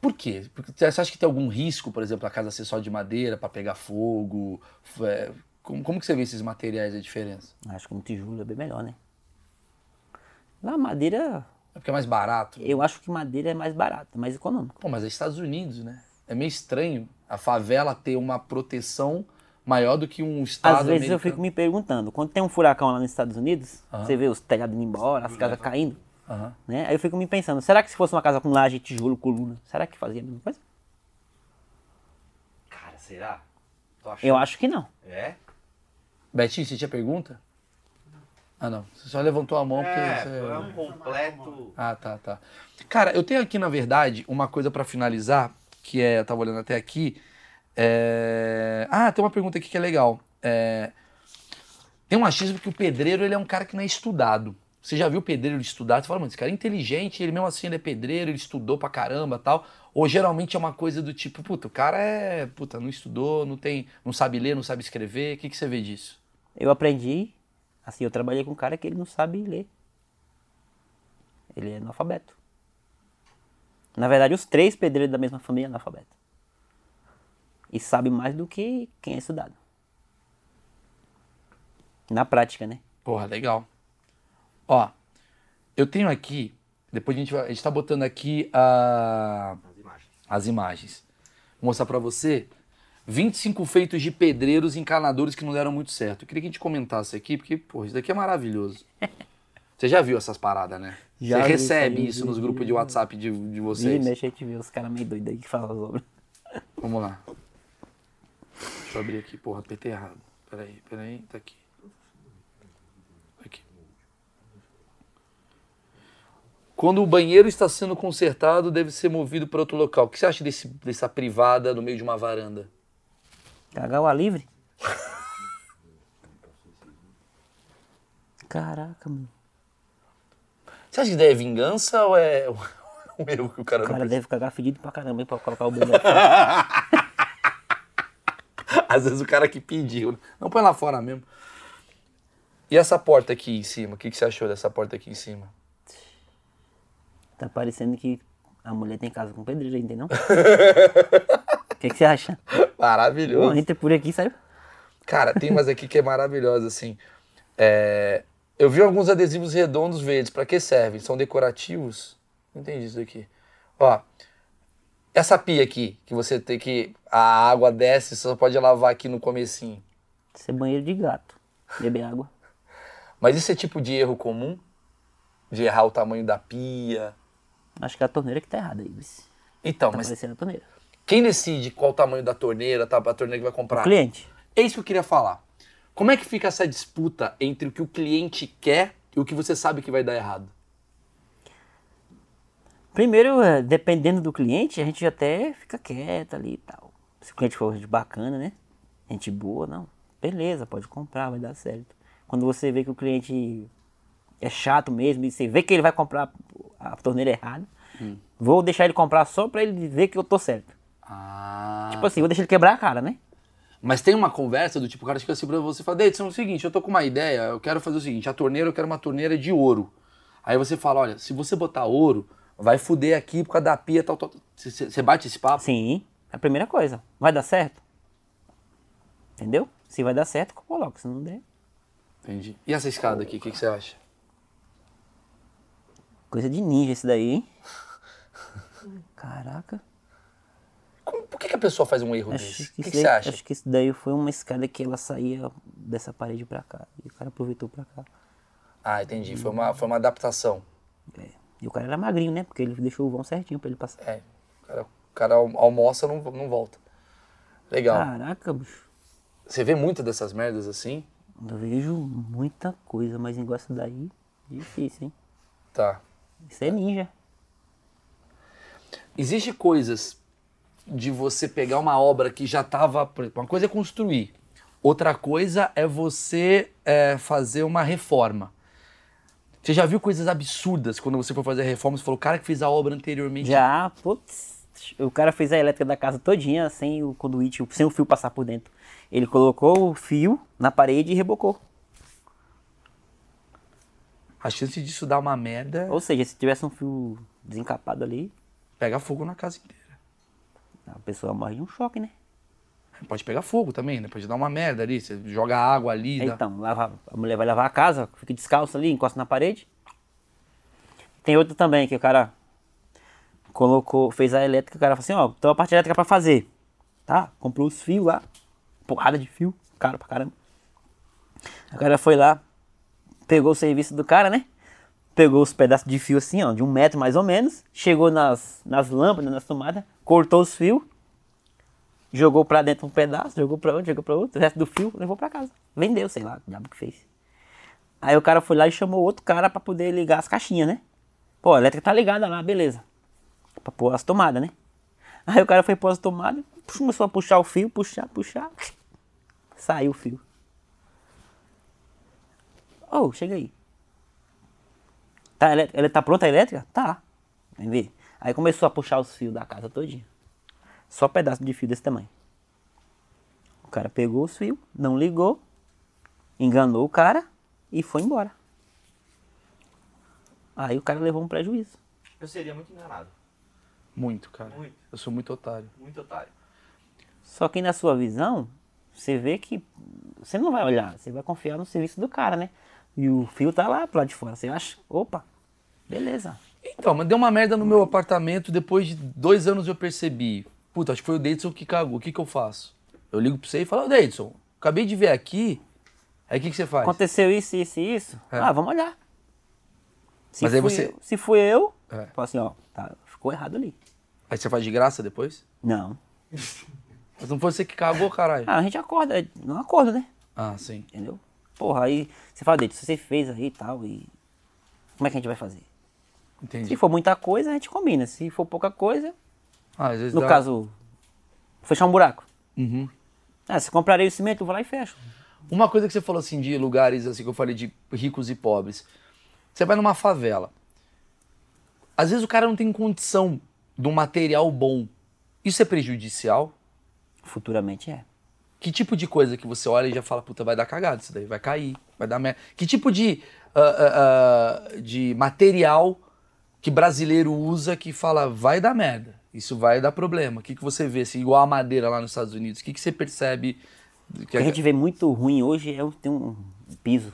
Por quê? Porque você acha que tem algum risco, por exemplo, a casa ser só de madeira para pegar fogo? F- é, como, como que você vê esses materiais, a diferença?
Acho que um tijolo é bem melhor, né? Lá, madeira,
É porque é mais barato.
eu acho que madeira é mais barata, mais econômica.
Pô, mas é Estados Unidos, né? É meio estranho a favela ter uma proteção maior do que um estado
Às vezes eu
americano.
fico me perguntando, quando tem um furacão lá nos Estados Unidos, você vê os telhados indo embora, as casas caindo,
Aham.
né? Aí eu fico me pensando, será que se fosse uma casa com laje, tijolo, coluna, será que fazia a mesma coisa?
Cara, será? Tô achando.
Eu acho que não.
É?
Betinho, você tinha pergunta? Ah, não. Você só levantou a mão
É,
porque você...
é um completo.
Ah, tá, tá. Cara, eu tenho aqui, na verdade, uma coisa pra finalizar, que é, eu tava olhando até aqui. é, Ah, tem uma pergunta aqui que é legal. É, Tem um achismo que o pedreiro ele é um cara que não é estudado. Você já viu o pedreiro estudado? Você fala, mano, esse cara é inteligente, ele mesmo assim ele é pedreiro, ele estudou pra caramba tal. Ou geralmente é uma coisa do tipo, puta, o cara é. Puta, não estudou, não tem. não sabe ler, não sabe escrever. O que, que você vê disso?
Eu aprendi, assim, eu trabalhei com um cara que ele não sabe ler. Ele é analfabeto. Na verdade, os três pedreiros da mesma família é analfabeto. E sabe mais do que quem é estudado. Na prática, né?
Porra, legal. Ó, eu tenho aqui, depois a gente vai, a gente tá botando aqui a,
As imagens.
as imagens. Vou mostrar pra você 25 feitos de pedreiros e encanadores que não deram muito certo. Eu queria que a gente comentasse aqui, porque, pô, isso daqui é
<laughs>
maravilhoso. Você já viu essas paradas, né?
Já
você
vi,
recebe
sim,
isso
vi,
nos
vi,
grupos de WhatsApp de, de
Vira e
vocês.
mexe, a gente vê os caras meio doidos aí que falam as obras.
Vamos lá. Deixa eu abrir aqui, porra, apertei errado. Peraí, peraí, tá aqui. Aqui. Quando o banheiro está sendo consertado, deve ser movido para outro local. O que você acha desse, dessa privada no meio de uma varanda?
Cagar o ar livre? Caraca, mano.
Você acha que daí é vingança ou é <laughs> um erro que o cara,
O cara
não
deve cagar fedido pra caramba aí pra colocar o banheiro.
Às vezes o cara que pediu. né? Não põe lá fora mesmo. E essa porta aqui em cima? O que, que você achou dessa porta aqui em cima? <laughs>
Tá parecendo que a mulher tem casa com pedreiro ainda, não? O que, que você acha? Pô,
Maravilhoso.
entra por aqui, sabe?
Cara, tem umas aqui que é maravilhosa, assim. É, Eu vi alguns adesivos redondos verdes. Pra que servem? São decorativos? Não entendi isso daqui. Ó, essa pia aqui, que você tem que... A água desce, você só pode lavar aqui no comecinho.
Isso é banheiro de gato. Beber água.
Mas isso é tipo de erro comum? De errar o tamanho da pia?
Acho que é a torneira que tá errada aí, vice.
Então,
Tá
mas
parecendo a torneira.
quem decide qual o tamanho da torneira, tá? A torneira que vai comprar?
Cliente,
É isso que eu queria falar. Como é que fica essa disputa entre o que o cliente quer e o que você sabe que vai dar errado?
primeiro, eh, dependendo do cliente, a gente até fica quieto ali e tal. Se o cliente for de bacana, né? Gente boa, não. Beleza, pode comprar, vai dar certo. Quando você vê que o cliente é chato mesmo e você vê que ele vai comprar a torneira errada, vou deixar ele comprar só pra ele ver que eu tô certo.
Ah.
Tipo assim, vou deixar ele quebrar a cara, né?
Mas tem uma conversa do tipo, o cara chega assim pra você e fala, Deidson, é o seguinte, eu tô com uma ideia, eu quero fazer o seguinte, a torneira, eu quero uma torneira de ouro. Aí você fala, olha, se você botar ouro, vai fuder aqui por causa da pia, tal, tal, tal. Você- Você você bate esse papo?
Sim, é a primeira coisa. Vai dar certo? Entendeu? Se vai dar certo, coloca. Se não der,
Entendi. E essa escada aqui, o que, que você acha?
coisa de ninja esse daí, hein? Caraca.
Como- por que, que a pessoa faz um erro desse?
Acho
O
que,
que,
isso
que você
daí-
acha?
acho que isso daí foi uma escada que ela saía dessa parede pra cá. E o cara aproveitou pra cá.
Ah, entendi.
Hum.
Foi uma, foi uma adaptação.
É. E o cara era magrinho, né? Porque ele deixou o vão certinho pra ele passar.
É. O cara, o cara al- almoça não não volta. Legal.
Caraca, bicho.
Você vê muita dessas merdas assim?
Eu vejo muita coisa, mas igual isso daí, difícil, hein?
Tá.
Isso é ninja.
Existe coisas de você pegar uma obra que já estava. Uma coisa é construir, outra coisa é você é, fazer uma reforma. Você já viu coisas absurdas quando você for fazer reforma? Você falou, o cara que fez a obra anteriormente.
Já, putz, o cara fez a elétrica da casa todinha sem o conduíte, sem o fio passar por dentro. Ele colocou o fio na parede e rebocou.
A chance disso dar uma merda
Ou seja, se tivesse um fio desencapado ali,
pega fogo na casa inteira.
a pessoa morre de um choque, né?
Pode pegar fogo também, né? Pode dar uma merda ali. Você joga água ali. dá-
Então, lava, a mulher vai lavar a casa, fica descalça ali, encosta na parede, Tem outro também que o cara colocou, fez a elétrica, o cara falou assim, ó, então a parte elétrica pra fazer. Tá? Comprou os fios lá, porrada de fio, caro pra caramba. O cara foi lá, pegou o serviço do cara, né? Pegou os pedaços de fio assim, ó, de um metro mais ou menos, chegou nas, nas lâmpadas, nas tomadas, cortou os fios, jogou pra dentro um pedaço, jogou pra outro, jogou pra outro, o resto do fio levou pra casa. Vendeu, sei lá, o diabo que fez. Aí o cara foi lá e chamou outro cara pra poder ligar as caixinhas, né? Pô, a elétrica tá ligada lá, beleza. Pra pôr as tomadas, né? Aí o cara foi pôr as tomadas, puxa, começou a puxar o fio, puxar, puxar. Saiu o fio. Oh, chega aí. Tá, ele, ele tá pronta a elétrica? Tá. Vem ver. Aí começou a puxar os fios da casa todinha. Só pedaço de fio desse tamanho. O cara pegou os fios, não ligou, enganou o cara e foi embora. Aí o cara levou um prejuízo.
Eu seria muito enganado.
Muito, cara.
Muito.
Eu sou muito otário.
Muito otário.
Só que na sua visão, você vê que você não vai olhar, você vai confiar no serviço do cara, né? E o fio tá lá pro lado de fora. Você acha, opa, beleza.
Então, mas deu uma merda no meu apartamento. Depois de dois anos eu percebi. Puta, acho que foi o Davidson que cagou. O que, que eu faço? Eu ligo pra você e falo, "Ô, Davidson, acabei de ver aqui. Aí o que, que você faz?
Aconteceu isso, isso e isso.
É.
Ah, vamos olhar. Se
Mas aí
fui
você-
eu- se fui eu,
É.
fala assim, ó, tá, ficou errado ali.
Aí você faz de graça depois?
Não.
Mas não foi você que cagou, caralho.
Ah, a gente acorda, é um acordo, né?
Ah, sim.
Entendeu? Porra, aí você fala, Deito, se você fez aí e tal, e como é que a gente vai fazer? Se
Entendi.
for muita coisa, a gente combina. Se for pouca coisa,
Ah, às vezes
no
dá-
caso, fechar um buraco.
Uhum.
Ah, se comprarei o cimento, eu vou lá e fecho.
Uma coisa que você falou assim de lugares assim que eu falei de ricos e pobres. Você vai numa favela. Às vezes o cara não tem condição de um material bom. Isso é prejudicial?
Futuramente é.
Que tipo de coisa que você olha e já fala, puta, vai dar cagada isso daí, vai cair, vai dar merda. Que tipo de, ah, ah, ah, de material que brasileiro usa que fala, vai dar merda, isso vai dar problema. O que, que você vê, assim, igual a madeira lá nos Estados Unidos, o que, que você percebe? é,
O que a gente vê muito ruim hoje é o- tem um piso.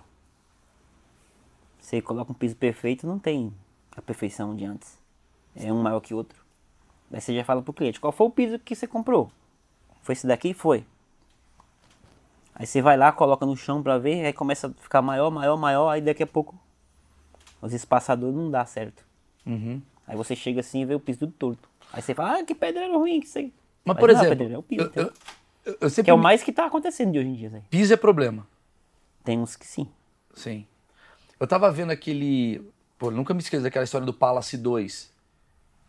Você coloca um piso perfeito, não tem a perfeição de antes. É um maior que o outro. Daí você já fala pro cliente, qual foi o piso que você comprou? Foi esse daqui? Foi. Aí você vai lá, coloca no chão pra ver, aí começa a ficar maior, maior, maior, aí daqui a pouco os espaçadores não dá certo.
Uhum.
Aí você chega assim e vê o piso tudo torto. Aí você fala, ah, que pedreiro ruim que isso aí.
Mas, por
não é
exemplo,
pedreiro, é o piso,
eu, eu,
entendeu?
eu- eu sempre...
que é o mais que tá acontecendo de hoje em dia, Zé.
Piso é problema,
Tem uns que sim.
sim. Eu tava vendo aquele... Pô, nunca me esqueço daquela história do Palace 2.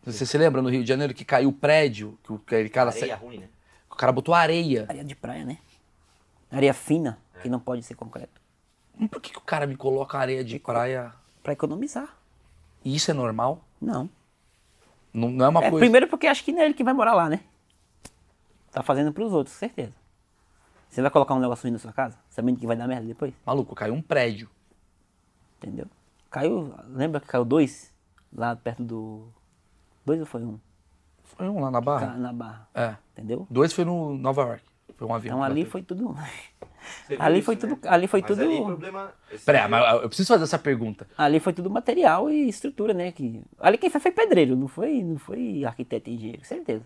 Você se lembra, no Rio de Janeiro, que caiu o prédio, que o que aquele cara...
Areia ruim, né?
O cara botou areia.
Areia de praia, né? Areia fina, que não pode ser concreto.
Mas Por que, que o cara me coloca areia de praia?
Pra economizar.
E isso é normal?
Não.
Não, não é uma
É,
coisa.
primeiro porque acho que não é ele que vai morar lá, né? Tá fazendo pros outros, certeza. Você vai colocar um negócio aí na sua casa, sabendo que vai dar merda depois?
Maluco, caiu um prédio.
Entendeu? Caiu. Lembra que caiu dois? Lá perto do. Dois ou foi um?
Foi um lá na
Tá
barra.
Na barra.
É.
Entendeu?
Dois foi no Nova York. Foi um avião.
Então
que
ali
bateu.
foi tudo. <laughs>
Você
Ali
viu
foi
isso, né?
tudo- ali foi
Mas
tudo- um.
Ali, problema... esse
Peraí,
aí-
mas eu preciso fazer essa pergunta.
Ali foi tudo material e estrutura, né? Que... Ali quem fez foi pedreiro, não foi, não foi arquiteto e engenheiro, certeza.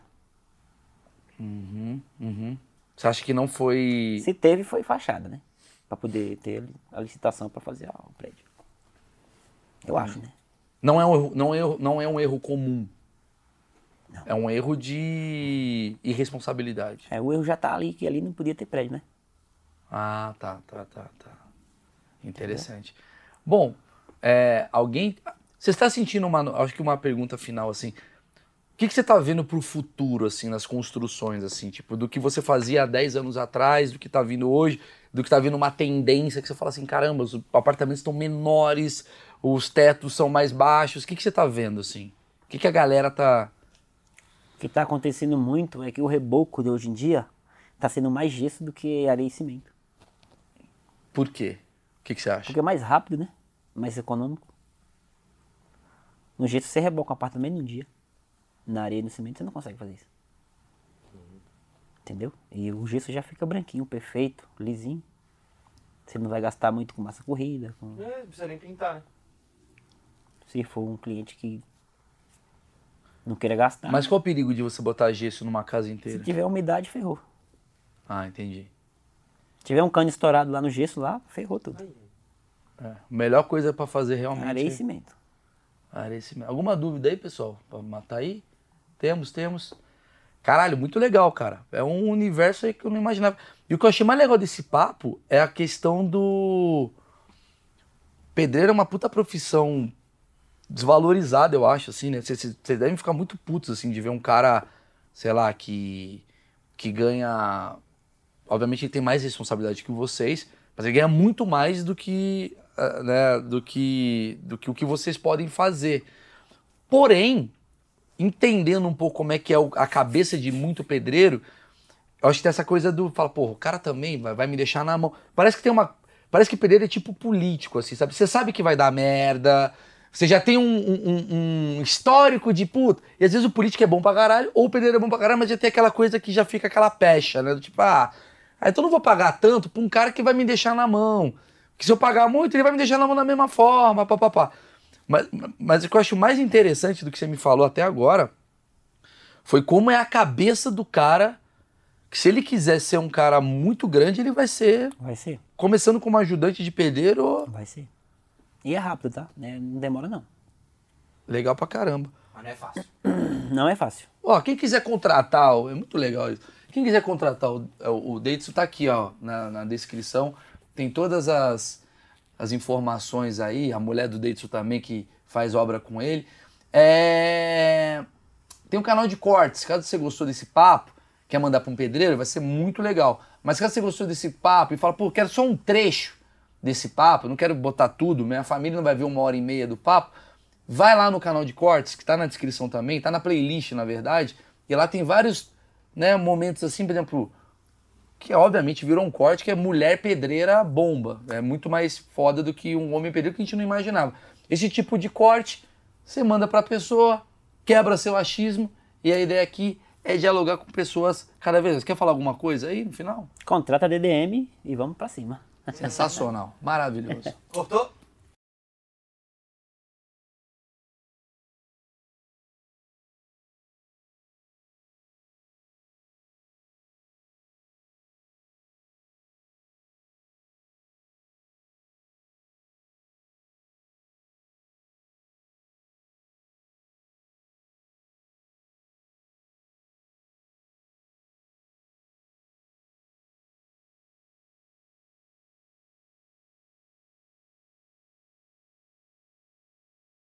Uhum, uhum. Você acha que não foi.
Se teve, foi fachada, né? Pra poder ter a licitação pra fazer a- o prédio. Eu acho, né?
Não é um erro, não é, erro- não é um erro comum. É um erro de irresponsabilidade.
É, o erro já tá ali, que ali não podia ter prédio, né?
Ah, tá, tá, tá, tá. Interessante. Bom, é, alguém. Você está sentindo uma. Acho que uma pergunta final, assim. O que, que você está vendo pro futuro, assim, nas construções, assim? Tipo, do que você fazia há 10 anos atrás, do que tá vindo hoje, do que tá vindo uma tendência que você fala assim: caramba, os apartamentos estão menores, os tetos são mais baixos. O que, que você tá vendo, assim? O que, que a galera tá.
O que tá acontecendo muito é que o reboco de hoje em dia tá sendo mais gesso do que areia e cimento.
Por quê? O que, que você acha?
Porque é mais rápido, né? Mais econômico. No jeito você reboca um apartamento num dia. Na areia e no cimento você não consegue fazer isso. Entendeu? E o gesso já fica branquinho, perfeito, lisinho. Você não vai gastar muito com massa corrida, com
É, não precisa nem pintar, né?
se for um cliente que não queira gastar.
Mas qual o perigo de você botar gesso numa casa
se
inteira?
tiver umidade, ferrou.
Ah, entendi.
Se tiver um cano estourado lá no gesso, lá, ferrou tudo.
É. A melhor coisa pra fazer realmente. é
Areia e cimento.
Areia e cimento. Alguma dúvida aí, pessoal? Pra matar aí? Temos, temos. Caralho, muito legal, cara. É um universo aí que eu não imaginava. E o que eu achei mais legal desse papo é a questão do. Pedreiro é uma puta profissão desvalorizada, eu acho, assim, né? Vocês vocês devem ficar muito putos, assim, de ver um cara, sei lá, que. que ganha. Obviamente ele tem mais responsabilidade que vocês, mas ele ganha muito mais do que. ah, Né, do que. do que o que vocês podem fazer. Porém, entendendo um pouco como é que é o- a cabeça de muito pedreiro, eu acho que tem essa coisa do. Fala, porra, o cara também vai, vai me deixar na mão. Parece que tem uma. Parece que pedreiro é tipo político, assim, sabe? Você sabe que vai dar merda. Você já tem um, um- um- um histórico de puta. E às vezes o político é bom pra caralho, ou o pedreiro é bom pra caralho, mas já tem aquela coisa que já fica aquela pecha, né? Do Tipo, ah, ah, então eu não vou pagar tanto pra um cara que vai me deixar na mão. Porque se eu pagar muito, ele vai me deixar na mão da mesma forma, papapá. Mas, mas o que eu acho mais interessante do que você me falou até agora foi como é a cabeça do cara. Que se ele quiser ser um cara muito grande, ele vai ser.
Vai ser,
Começando como ajudante de pedreiro,
vai ser. E é rápido, tá? Né, Não demora, não.
legal pra caramba.
Mas não é fácil.
Não é fácil.
Ó, quem quiser contratar, ó, é muito legal isso. Quem quiser contratar o, o Deitsu, tá aqui, ó, na, na descrição. Tem todas as, as informações aí. A mulher do Deitsu também, que faz obra com ele. É... Tem um canal de cortes. Caso você gostou desse papo, quer mandar pra um pedreiro, vai ser muito legal. Mas caso você gostou desse papo e fala, pô, quero só um trecho desse papo, eu não quero botar tudo, minha família não vai ver uma hora e meia do papo, vai lá no canal de cortes, que tá na descrição também, tá na playlist, na verdade, e lá tem vários né, momentos assim, por exemplo, que obviamente virou um corte, que é mulher pedreira bomba. É muito mais foda do que um homem pedreiro que a gente não imaginava. Esse tipo de corte, você manda pra pessoa, quebra seu achismo, e a ideia aqui é dialogar com pessoas cada vez mais. Quer falar alguma coisa aí no final?
Contrata a DDM e vamos pra cima.
Sensacional, maravilhoso.
Cortou?